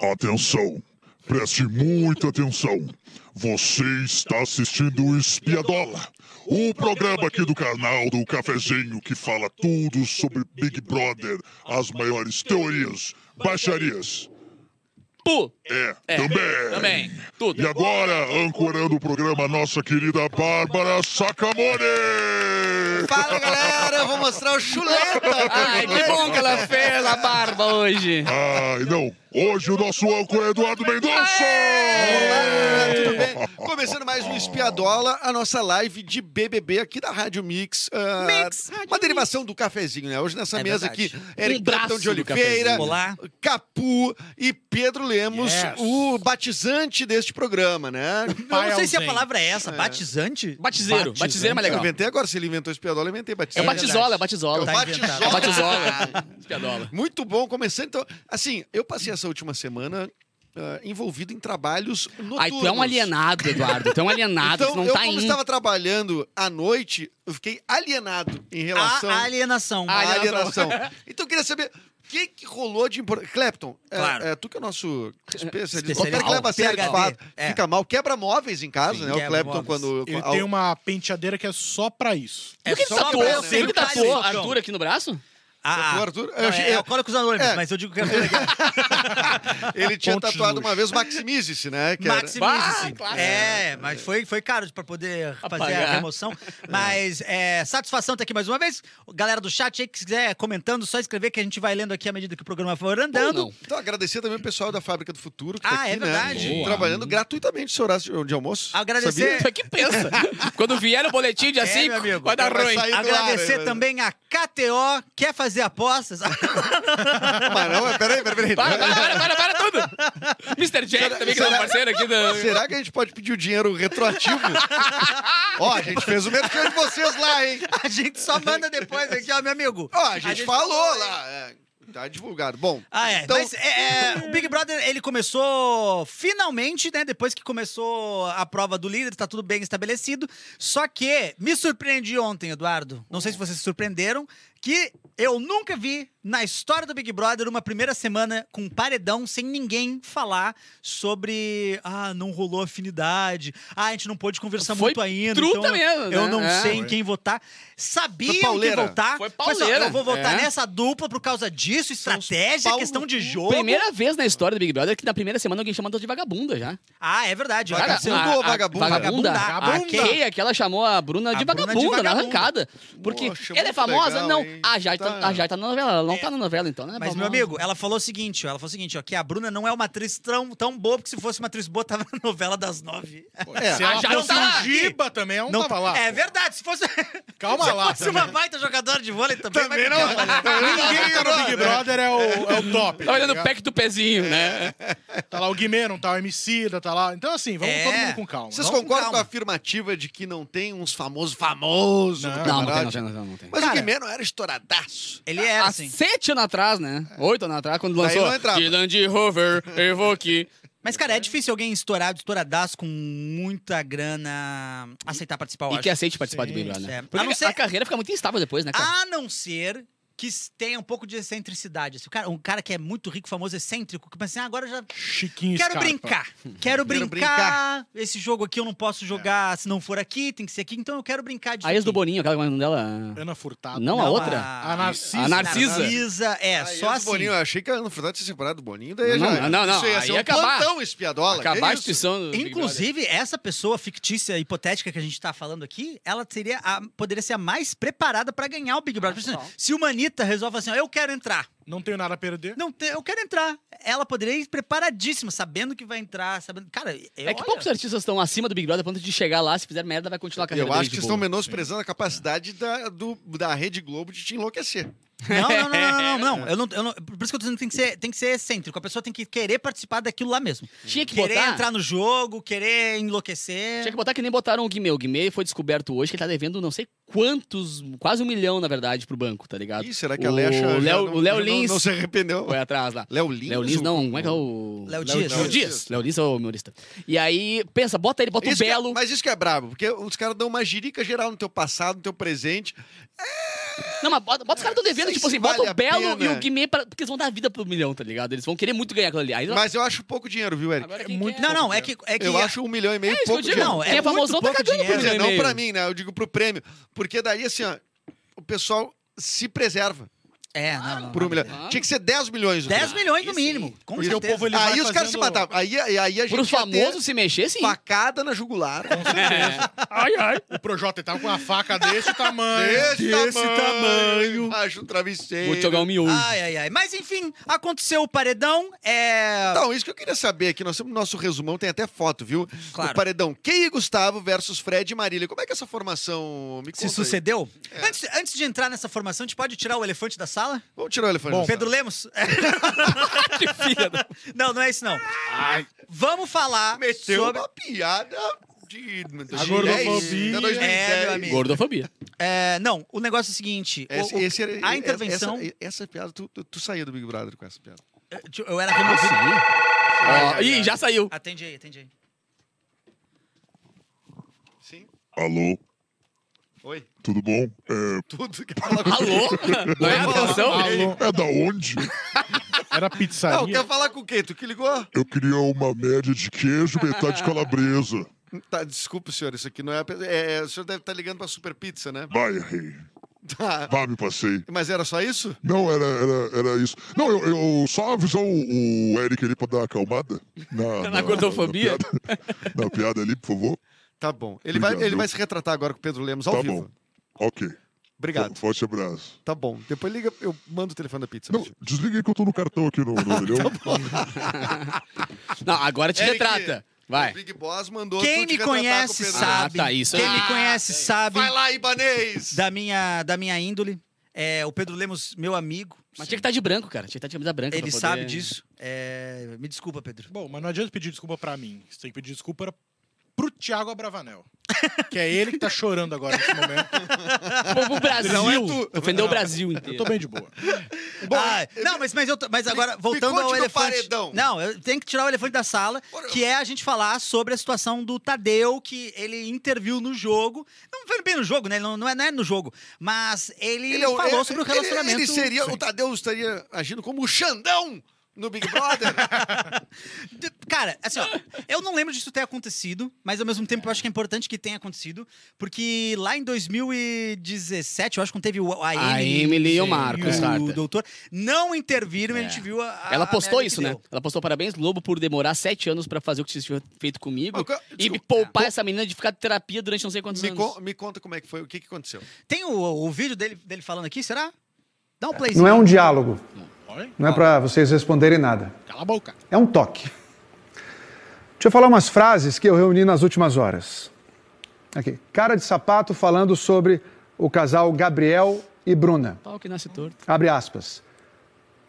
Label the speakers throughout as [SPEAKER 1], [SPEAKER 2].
[SPEAKER 1] Atenção, preste muita atenção. Você está assistindo o Espiadola, o programa aqui do canal do Cafezinho que fala tudo sobre Big Brother, as maiores teorias, baixarias.
[SPEAKER 2] Pu!
[SPEAKER 1] É,
[SPEAKER 2] É,
[SPEAKER 1] também.
[SPEAKER 2] Também. Tudo.
[SPEAKER 1] E agora, ancorando o programa, nossa querida Bárbara Sacamone!
[SPEAKER 3] Fala galera, eu vou mostrar o chuleta!
[SPEAKER 2] Ai, que bom que ela fez é a barba hoje.
[SPEAKER 1] Ai, não. Hoje o nosso âncora é Eduardo Mendonça!
[SPEAKER 3] Olá, tudo bem? Começando mais um Espiadola, a nossa live de BBB aqui da Rádio Mix. ah,
[SPEAKER 2] Mix, Rádio
[SPEAKER 3] uma derivação do cafezinho, né? Hoje nessa
[SPEAKER 2] É
[SPEAKER 3] mesa
[SPEAKER 2] verdade.
[SPEAKER 3] aqui, Eric
[SPEAKER 2] Um braço
[SPEAKER 3] Capitão de
[SPEAKER 2] do
[SPEAKER 3] Oliveira,
[SPEAKER 2] cafezinho. Olá.
[SPEAKER 3] Capu e Pedro Lemos,
[SPEAKER 4] Yes.
[SPEAKER 3] o batizante deste programa, né?
[SPEAKER 4] Eu não sei se a
[SPEAKER 5] ausente.
[SPEAKER 4] palavra é essa, batizante?
[SPEAKER 2] Batizeiro. Batizeiro é mais
[SPEAKER 3] Eu
[SPEAKER 2] legal.
[SPEAKER 3] inventei agora, se ele inventou Espiadola, eu inventei
[SPEAKER 2] É o
[SPEAKER 3] batizante.
[SPEAKER 2] batizola, é o
[SPEAKER 3] É o
[SPEAKER 2] batizola.
[SPEAKER 4] Tá inventado.
[SPEAKER 2] É o
[SPEAKER 3] batizola.
[SPEAKER 2] batizola. é Espiadola.
[SPEAKER 3] É. Muito bom, começando. Então, assim, eu passei essa última semana ah, envolvido em trabalhos noturnos.
[SPEAKER 2] Ai, tu é um alienado, Eduardo. Tu é um alienado,
[SPEAKER 3] Então,
[SPEAKER 2] tu não
[SPEAKER 3] eu
[SPEAKER 2] tá
[SPEAKER 3] como
[SPEAKER 2] indo.
[SPEAKER 3] estava trabalhando à noite, eu fiquei alienado em relação
[SPEAKER 4] A
[SPEAKER 3] à
[SPEAKER 4] alienação.
[SPEAKER 2] Ah, ali-
[SPEAKER 3] alienação. então, eu queria saber o que, que rolou de importante. Clepton, é,
[SPEAKER 4] Claro.
[SPEAKER 3] é, tu que é o nosso especialista,
[SPEAKER 4] Especialista.
[SPEAKER 3] qualquer que leva a sério de
[SPEAKER 4] PhD,
[SPEAKER 3] fato,
[SPEAKER 4] é.
[SPEAKER 3] fica mal, quebra móveis em casa,
[SPEAKER 4] Sim,
[SPEAKER 3] né? O
[SPEAKER 4] quebra
[SPEAKER 3] Clepton,
[SPEAKER 4] móveis.
[SPEAKER 3] quando...
[SPEAKER 5] Ele
[SPEAKER 3] ao-
[SPEAKER 5] tem um uma penteadeira que é só pra isso.
[SPEAKER 4] É
[SPEAKER 2] Por que ele
[SPEAKER 4] só
[SPEAKER 2] tatuou?
[SPEAKER 3] cabelo,
[SPEAKER 4] pra
[SPEAKER 2] Por que
[SPEAKER 4] ser
[SPEAKER 2] ele
[SPEAKER 4] um
[SPEAKER 2] tatuou
[SPEAKER 4] cacete.
[SPEAKER 2] tá Arthur aqui no braço?
[SPEAKER 4] Ah,
[SPEAKER 3] Tatuou
[SPEAKER 4] ah.
[SPEAKER 3] Arthur? Eu
[SPEAKER 4] Não,
[SPEAKER 3] achei-
[SPEAKER 4] é, é o Código dos Anônimos,
[SPEAKER 3] É.
[SPEAKER 4] mas eu digo que é
[SPEAKER 3] Ele tinha
[SPEAKER 5] Ponte de
[SPEAKER 3] tatuado
[SPEAKER 5] luxo.
[SPEAKER 3] uma vez Maximize-se, né? que era-
[SPEAKER 2] Ah,
[SPEAKER 4] maximize
[SPEAKER 2] claro.
[SPEAKER 4] É, mas foi, foi caro pra poder fazer
[SPEAKER 2] Apagar.
[SPEAKER 4] a remoção. Mas é, satisfação tá aqui mais uma vez. Galera do chat aí, que quiser comentando, só escrever que a gente vai lendo aqui à medida que o programa for andando.
[SPEAKER 2] Ou não.
[SPEAKER 3] Então, agradecer também o pessoal da Fábrica do Futuro, que tá
[SPEAKER 4] Ah,
[SPEAKER 3] aqui,
[SPEAKER 4] é verdade.
[SPEAKER 3] né?
[SPEAKER 2] Boa.
[SPEAKER 3] Trabalhando gratuitamente o seu horário de- de almoço.
[SPEAKER 4] Agradecer-
[SPEAKER 2] Tu é que pensa. Quando vier o boletim dia
[SPEAKER 4] É,
[SPEAKER 2] 5,
[SPEAKER 4] meu amigo.
[SPEAKER 2] vai dar
[SPEAKER 3] Vai
[SPEAKER 2] ruim.
[SPEAKER 3] sair- Aí do lado,
[SPEAKER 4] Agradecer
[SPEAKER 3] aí, mas-
[SPEAKER 4] também a KTO, quer fazer apostas?
[SPEAKER 3] Sabia? Mas não, é- peraí, peraí, peraí.
[SPEAKER 2] Para, para, para, para, para tudo. Mr. Jack também, que é
[SPEAKER 3] será-
[SPEAKER 2] um parceiro aqui da...
[SPEAKER 3] Será que a gente pode pedir o dinheiro retroativo? Ó, a gente fez o merchan de vocês lá, hein?
[SPEAKER 4] a gente só manda depois aqui, ó, meu amigo.
[SPEAKER 3] Ó, a gente, falou lá. é, tá divulgado. Bom,
[SPEAKER 4] Ah, é.
[SPEAKER 3] então...
[SPEAKER 4] Mas é, é, o Big Brother, ele começou finalmente, né? Depois que começou a prova do líder, tá tudo bem estabelecido. Só que me surpreendi ontem, Eduardo. Não sei se vocês se surpreenderam, que eu nunca vi na história do Big Brother uma primeira semana com um paredão sem ninguém falar sobre. Ah, não rolou afinidade. Ah, a gente não pôde conversar
[SPEAKER 2] Foi
[SPEAKER 4] muito ainda.
[SPEAKER 2] truta
[SPEAKER 4] então
[SPEAKER 2] mesmo,
[SPEAKER 4] Eu
[SPEAKER 2] né?
[SPEAKER 4] não
[SPEAKER 2] É.
[SPEAKER 4] sei em quem votar. Sabia quem
[SPEAKER 3] pauleira.
[SPEAKER 4] votar.
[SPEAKER 2] Foi
[SPEAKER 4] Mas, ó,
[SPEAKER 2] pauleira.
[SPEAKER 4] Eu vou votar
[SPEAKER 2] É.
[SPEAKER 4] nessa dupla por causa disso, estratégia,
[SPEAKER 3] Paulo
[SPEAKER 4] questão de
[SPEAKER 3] no cu.
[SPEAKER 4] jogo.
[SPEAKER 2] Primeira vez na história do Big Brother que na primeira semana alguém chamou ela de vagabunda já.
[SPEAKER 4] Ah, é verdade.
[SPEAKER 3] Cara,
[SPEAKER 4] aconteceu.
[SPEAKER 3] a- ou vagabunda?
[SPEAKER 2] Vagabunda.
[SPEAKER 4] Vagabunda.
[SPEAKER 2] A Keia, que ela chamou a Bruna de
[SPEAKER 4] A Bruna de
[SPEAKER 2] vagabunda, na
[SPEAKER 4] vagabunda.
[SPEAKER 2] arrancada. Porque
[SPEAKER 3] Poxa,
[SPEAKER 2] ela é
[SPEAKER 3] muito
[SPEAKER 2] famosa?
[SPEAKER 3] legal,
[SPEAKER 2] não.
[SPEAKER 3] hein?
[SPEAKER 2] A Jai tá.
[SPEAKER 3] Tá.
[SPEAKER 2] a Jai tá na novela. Ela não tá na novela, então, né?
[SPEAKER 4] Mas, meu amigo, ela falou o seguinte, ó, ela falou o seguinte, ó, que a Bruna não é uma atriz tão, tão boa, que se fosse uma atriz boa, tava na novela das nove.
[SPEAKER 3] É,
[SPEAKER 5] Se ela
[SPEAKER 2] já
[SPEAKER 5] fosse
[SPEAKER 2] tá
[SPEAKER 5] um
[SPEAKER 2] aqui.
[SPEAKER 5] Giba também, ela não, então tava lá.
[SPEAKER 4] É
[SPEAKER 5] pô.
[SPEAKER 4] verdade, se fosse...
[SPEAKER 5] Calma
[SPEAKER 4] se
[SPEAKER 5] lá
[SPEAKER 4] fosse uma
[SPEAKER 5] também.
[SPEAKER 4] baita jogadora de vôlei também...
[SPEAKER 3] Também
[SPEAKER 4] vai ficar-
[SPEAKER 5] Ninguém do Big Brother é o, é o top.
[SPEAKER 2] Tá olhando o
[SPEAKER 5] ligado?
[SPEAKER 2] pack do pezinho, né?
[SPEAKER 5] Tá lá o Guimê, não tá o MC, tá lá. Então, assim, vamos
[SPEAKER 4] É.
[SPEAKER 5] todo mundo com calma.
[SPEAKER 3] Vocês
[SPEAKER 5] não?
[SPEAKER 4] com
[SPEAKER 3] concordam com,
[SPEAKER 4] calma.
[SPEAKER 3] a afirmativa de que não tem uns famosos famosos no
[SPEAKER 5] Não,
[SPEAKER 2] Não, não tem, não
[SPEAKER 3] camarote?
[SPEAKER 2] tem, não tem. Não tem.
[SPEAKER 3] Mas o
[SPEAKER 4] Cara-
[SPEAKER 3] Guimê não era estouradaço.
[SPEAKER 4] Ele era,
[SPEAKER 2] Há
[SPEAKER 4] assim.
[SPEAKER 2] sete anos atrás, né? Oito anos atrás, quando lançou
[SPEAKER 3] não entrava.
[SPEAKER 2] Dylan de Rover, eu vou aqui.
[SPEAKER 4] Mas, cara, é difícil alguém estourado, estouradaço, com muita grana, aceitar participar, eu
[SPEAKER 2] E
[SPEAKER 4] acho.
[SPEAKER 2] que é aceite participar do
[SPEAKER 5] Sim,
[SPEAKER 2] Big Brother, né?
[SPEAKER 4] é.
[SPEAKER 2] Porque
[SPEAKER 4] A não ser- Ah,
[SPEAKER 2] a carreira fica muito instável depois, né, cara?
[SPEAKER 4] A não ser que s- tenha um pouco de excentricidade. Assim, o cara, um cara que é muito rico, famoso, excêntrico, que pensa assim, ah, agora eu já.
[SPEAKER 5] Chiquinho
[SPEAKER 4] Quero
[SPEAKER 5] Scarpa.
[SPEAKER 4] brincar. Quero brincar.
[SPEAKER 3] brincar.
[SPEAKER 4] Esse jogo aqui eu não posso jogar se não for aqui, tem que ser aqui, então eu quero brincar de.
[SPEAKER 2] A ex do Boninho, aquela que é o nome dela.
[SPEAKER 5] Ana Furtado.
[SPEAKER 2] Não, a outra?
[SPEAKER 4] Ah,
[SPEAKER 5] A Narcisa.
[SPEAKER 2] A Narcisa.
[SPEAKER 4] Narcisa, é,
[SPEAKER 3] Aí
[SPEAKER 4] só
[SPEAKER 3] o
[SPEAKER 4] assim.
[SPEAKER 3] Boninho, eu achei que no final tinha separado o Boninho, daí
[SPEAKER 2] Não,
[SPEAKER 3] já...
[SPEAKER 2] não, não,
[SPEAKER 3] Isso ia
[SPEAKER 2] aí
[SPEAKER 3] ser
[SPEAKER 2] ia
[SPEAKER 3] um
[SPEAKER 2] acabar.
[SPEAKER 3] plantão espiadola. que
[SPEAKER 2] Acabar a
[SPEAKER 3] isso?
[SPEAKER 2] instituição do Big Brother.
[SPEAKER 4] Inclusive, essa pessoa fictícia, hipotética que a gente tá falando aqui, ela seria a- poderia ser a mais preparada pra ganhar o Big Brother. Por exemplo, Se o Manita resolve assim, ó, eu quero entrar.
[SPEAKER 5] Não tenho nada a perder.
[SPEAKER 4] Não, te- eu quero entrar. Ela poderia ir preparadíssima, sabendo que vai entrar, sabendo. Cara, eu,
[SPEAKER 2] É que
[SPEAKER 4] olha,
[SPEAKER 2] poucos artistas estão acima do Big Brother a ponto de chegar lá, se fizer merda, vai continuar a carreira
[SPEAKER 3] Eu
[SPEAKER 2] deles
[SPEAKER 3] acho que
[SPEAKER 2] de
[SPEAKER 3] estão
[SPEAKER 2] boa.
[SPEAKER 3] menosprezando a capacidade da, do- da Rede Globo de te enlouquecer.
[SPEAKER 4] Não, não, não, não, não, não. Eu não, eu não- Por isso que eu tô dizendo que tem que, ser, tem que ser excêntrico. A pessoa tem que querer participar daquilo lá mesmo.
[SPEAKER 2] Tinha que
[SPEAKER 4] querer
[SPEAKER 2] botar... um
[SPEAKER 4] entrar né? no jogo, querer enlouquecer.
[SPEAKER 2] Tinha que botar que nem botaram o Guimê. O Guimê foi descoberto hoje que ele tá devendo não sei quantos, quase um milhão, na verdade, pro banco, tá ligado?
[SPEAKER 3] Ih, será que a
[SPEAKER 2] o
[SPEAKER 3] Alexa já
[SPEAKER 2] Léo,
[SPEAKER 3] não-
[SPEAKER 2] o Léo
[SPEAKER 3] já não
[SPEAKER 4] Lins.
[SPEAKER 3] não se arrependeu.
[SPEAKER 2] Foi atrás lá.
[SPEAKER 3] Léo Lins,
[SPEAKER 2] Léo Lins,
[SPEAKER 3] o-
[SPEAKER 2] não. Como é que é o.
[SPEAKER 4] Léo Dias.
[SPEAKER 2] Léo Dias. Léo Dias é o humorista. E aí, pensa, bota ele, bota
[SPEAKER 3] Isso
[SPEAKER 2] o
[SPEAKER 3] que é-
[SPEAKER 2] Belo.
[SPEAKER 3] mas isso que é brabo, porque os caras dão uma girica geral no teu passado, no teu presente.
[SPEAKER 2] Não, mas bota, bota os caras do devendo,
[SPEAKER 3] sei
[SPEAKER 2] tipo
[SPEAKER 3] se
[SPEAKER 2] assim,
[SPEAKER 3] vale
[SPEAKER 2] bota
[SPEAKER 3] a
[SPEAKER 2] o Belo
[SPEAKER 3] pena.
[SPEAKER 2] e o Guimê, pra, porque eles vão dar a vida pro milhão, tá ligado? Eles vão querer muito ganhar aquilo ali. Aí,
[SPEAKER 3] Mas eu acho pouco dinheiro, viu, Eric?
[SPEAKER 2] agora
[SPEAKER 5] é
[SPEAKER 2] quem
[SPEAKER 5] muito-
[SPEAKER 2] quer?
[SPEAKER 4] Não, não, é que. É que
[SPEAKER 3] Eu acho um milhão e meio
[SPEAKER 2] É isso que
[SPEAKER 3] pouco
[SPEAKER 2] eu digo.
[SPEAKER 3] dinheiro.
[SPEAKER 2] Não,
[SPEAKER 4] é
[SPEAKER 2] quem é
[SPEAKER 4] muito
[SPEAKER 2] famosão tá
[SPEAKER 4] pouco
[SPEAKER 2] cagando
[SPEAKER 4] dinheiro.
[SPEAKER 2] pro
[SPEAKER 3] Quer dizer,
[SPEAKER 2] milhão e
[SPEAKER 3] não
[SPEAKER 2] meio.
[SPEAKER 3] pra mim, né? Eu digo pro prêmio. Porque daí, assim, ó, o pessoal se preserva
[SPEAKER 4] É, não, não.
[SPEAKER 3] por um milhão.
[SPEAKER 2] Ah, claro.
[SPEAKER 3] Tinha que ser 10 milhões. o
[SPEAKER 4] 10
[SPEAKER 3] prêmio.
[SPEAKER 4] milhões no
[SPEAKER 2] Isso aí.
[SPEAKER 4] mínimo. Com
[SPEAKER 3] é
[SPEAKER 5] Porque o
[SPEAKER 4] certeza.
[SPEAKER 5] povo ele vai
[SPEAKER 3] Aí os caras se
[SPEAKER 5] fazendo-
[SPEAKER 3] matavam. Aí, aí a gente
[SPEAKER 2] Pros
[SPEAKER 3] ia ter
[SPEAKER 2] famosos se mexer, sim. É.
[SPEAKER 3] facada na jugular.
[SPEAKER 2] Ai, ai.
[SPEAKER 5] O Projota tava com uma faca desse tamanho.
[SPEAKER 3] Acho um travesseiro.
[SPEAKER 2] Vou te jogar um miúdo.
[SPEAKER 4] Ai, ai, ai. Mas enfim, aconteceu o paredão. É.
[SPEAKER 3] Então, isso que eu queria saber aqui. Nós temos nosso resumão, tem até foto, viu?
[SPEAKER 4] Claro.
[SPEAKER 3] O paredão Key e Gustavo versus Fred e Marília. Como é que é essa formação me conta
[SPEAKER 4] Se
[SPEAKER 3] aí.
[SPEAKER 4] sucedeu? Antes, antes de entrar nessa formação, a gente pode tirar o elefante da sala?
[SPEAKER 3] Vamos tirar o elefante.
[SPEAKER 5] Bom,
[SPEAKER 3] da sala.
[SPEAKER 4] Pedro Lemos? não, não é isso não. Vamos falar
[SPEAKER 3] meteu
[SPEAKER 4] sobre...
[SPEAKER 3] uma piada de. de
[SPEAKER 5] gordofobia.
[SPEAKER 3] de 2010.
[SPEAKER 4] É, meu amigo.
[SPEAKER 2] Gordofobia.
[SPEAKER 4] É, não, o negócio é o seguinte. o-
[SPEAKER 3] Esse-
[SPEAKER 4] o-
[SPEAKER 3] esse era-
[SPEAKER 4] a
[SPEAKER 3] e-
[SPEAKER 4] intervenção...
[SPEAKER 3] Essa, essa piada, tu, tu, tu saía do Big Brother com essa piada.
[SPEAKER 4] Eu- Tipo, Eu era removido.
[SPEAKER 2] Ó, Ih, já saiu.
[SPEAKER 4] Atende aí, atende aí.
[SPEAKER 3] Sim.
[SPEAKER 1] Alô,
[SPEAKER 3] Oi.
[SPEAKER 1] tudo bom? É,
[SPEAKER 3] Tudo que fala com
[SPEAKER 2] Alô? Não é atenção?
[SPEAKER 5] Alô,
[SPEAKER 1] é da onde?
[SPEAKER 5] era
[SPEAKER 3] Não,
[SPEAKER 5] pizzaria.
[SPEAKER 3] quer falar com quem? Tu que ligou?
[SPEAKER 1] Eu queria uma média de queijo, metade de calabresa.
[SPEAKER 3] Tá, desculpa, senhor, isso aqui não é, a pe- é, é, O senhor deve estar ligando pra Super Pizza, né?
[SPEAKER 1] Vai, errei.
[SPEAKER 3] Tá.
[SPEAKER 1] Vai, me passei.
[SPEAKER 3] Mas era só isso?
[SPEAKER 1] Não, era, era, era isso. Não, eu, eu só avisar o, o Eric ali pra dar uma acalmada. Na,
[SPEAKER 2] Na gordofobia?
[SPEAKER 1] Na, piada, na piada ali, por favor.
[SPEAKER 3] Tá bom. Ele vai,
[SPEAKER 1] Obrigado.
[SPEAKER 3] ele vai se retratar agora com o Pedro Lemos ao
[SPEAKER 1] tá
[SPEAKER 3] vivo.
[SPEAKER 1] bom. Ok.
[SPEAKER 3] Obrigado.
[SPEAKER 1] Um forte abraço.
[SPEAKER 3] Tá bom. Depois liga, eu mando o telefone da pizza.
[SPEAKER 1] Não, desliguei que eu tô no cartão aqui no, no orelhão.
[SPEAKER 3] Tá
[SPEAKER 2] Não, agora te
[SPEAKER 3] Eric,
[SPEAKER 2] retrata. Vai.
[SPEAKER 3] Big Boss mandou
[SPEAKER 4] Quem
[SPEAKER 3] tu te
[SPEAKER 4] me
[SPEAKER 3] retratar com
[SPEAKER 4] conhece
[SPEAKER 3] o Pedro é
[SPEAKER 2] Ah,
[SPEAKER 4] sabe.
[SPEAKER 2] tá, isso
[SPEAKER 4] Quem
[SPEAKER 2] aí.
[SPEAKER 4] me conhece sabe
[SPEAKER 3] Vai lá, Ibanês!
[SPEAKER 4] da minha, da minha índole. É, o Pedro Lemos, meu amigo,
[SPEAKER 2] Mas tinha que estar de branco, cara. Tinha que estar de camisa branca. pra
[SPEAKER 4] ele
[SPEAKER 2] poder-
[SPEAKER 4] sabe disso. É, me desculpa, Pedro.
[SPEAKER 5] Bom, mas não adianta pedir desculpa pra mim. Você tem que pedir desculpa pro Thiago Abravanel. que é ele que tá chorando agora nesse momento.
[SPEAKER 2] Pô, o Brasil.
[SPEAKER 3] Não é tu.
[SPEAKER 2] Ofendeu o Brasil
[SPEAKER 5] Eu
[SPEAKER 2] inteiro.
[SPEAKER 5] tô bem de boa.
[SPEAKER 4] Ah, não, mas, mas, eu tô- mas agora, voltando
[SPEAKER 3] Picote
[SPEAKER 4] ao
[SPEAKER 3] no
[SPEAKER 4] elefante.
[SPEAKER 3] paredão.
[SPEAKER 4] Não, eu tenho que tirar o elefante da sala,
[SPEAKER 3] Porra.
[SPEAKER 4] que é a gente falar sobre a situação do Tadeu, que ele interviu no jogo. Não foi bem no jogo, né? Ele Não, não, é, não é no jogo. Mas ele,
[SPEAKER 3] é
[SPEAKER 4] falou
[SPEAKER 3] ele-
[SPEAKER 4] sobre o
[SPEAKER 3] ele-
[SPEAKER 4] relacionamento.
[SPEAKER 3] Ele, seria, o Tadeu estaria agindo como o Xandão no Big Brother.
[SPEAKER 4] De- Cara, assim, ó, eu não lembro disso ter acontecido, mas ao mesmo tempo eu acho que é importante que tenha acontecido, porque lá em 2017, eu acho que quando teve o- a
[SPEAKER 2] A
[SPEAKER 4] Emily,
[SPEAKER 2] Emily e o
[SPEAKER 4] sim,
[SPEAKER 2] Marcos
[SPEAKER 4] e o
[SPEAKER 2] Carter.
[SPEAKER 4] doutor, não interviram e a
[SPEAKER 2] É.
[SPEAKER 4] gente viu a. a-
[SPEAKER 2] Ela
[SPEAKER 4] a
[SPEAKER 2] postou
[SPEAKER 4] Ah, merda
[SPEAKER 2] isso,
[SPEAKER 4] que
[SPEAKER 2] né?
[SPEAKER 4] deu.
[SPEAKER 2] Ela postou parabéns, Globo, por demorar sete anos pra fazer o que vocês tinham feito comigo.
[SPEAKER 3] Mas, co-
[SPEAKER 2] e me
[SPEAKER 3] desculpa.
[SPEAKER 2] poupar essa menina de ficar de terapia durante não sei quantos
[SPEAKER 3] me,
[SPEAKER 2] anos.
[SPEAKER 3] con- me conta como é que foi, o que, que aconteceu.
[SPEAKER 4] Tem o, o vídeo dele, dele falando aqui, será? Dá um playzinho.
[SPEAKER 6] Não é um diálogo,
[SPEAKER 5] Olha,
[SPEAKER 6] não é para vocês responderem nada.
[SPEAKER 5] cala a boca.
[SPEAKER 6] É um toque. Deixa eu falar umas frases que eu reuni nas últimas horas. Aqui. Cara de sapato falando sobre o casal Gabriel e Bruna.
[SPEAKER 2] Pau que nasce torto.
[SPEAKER 6] Abre aspas.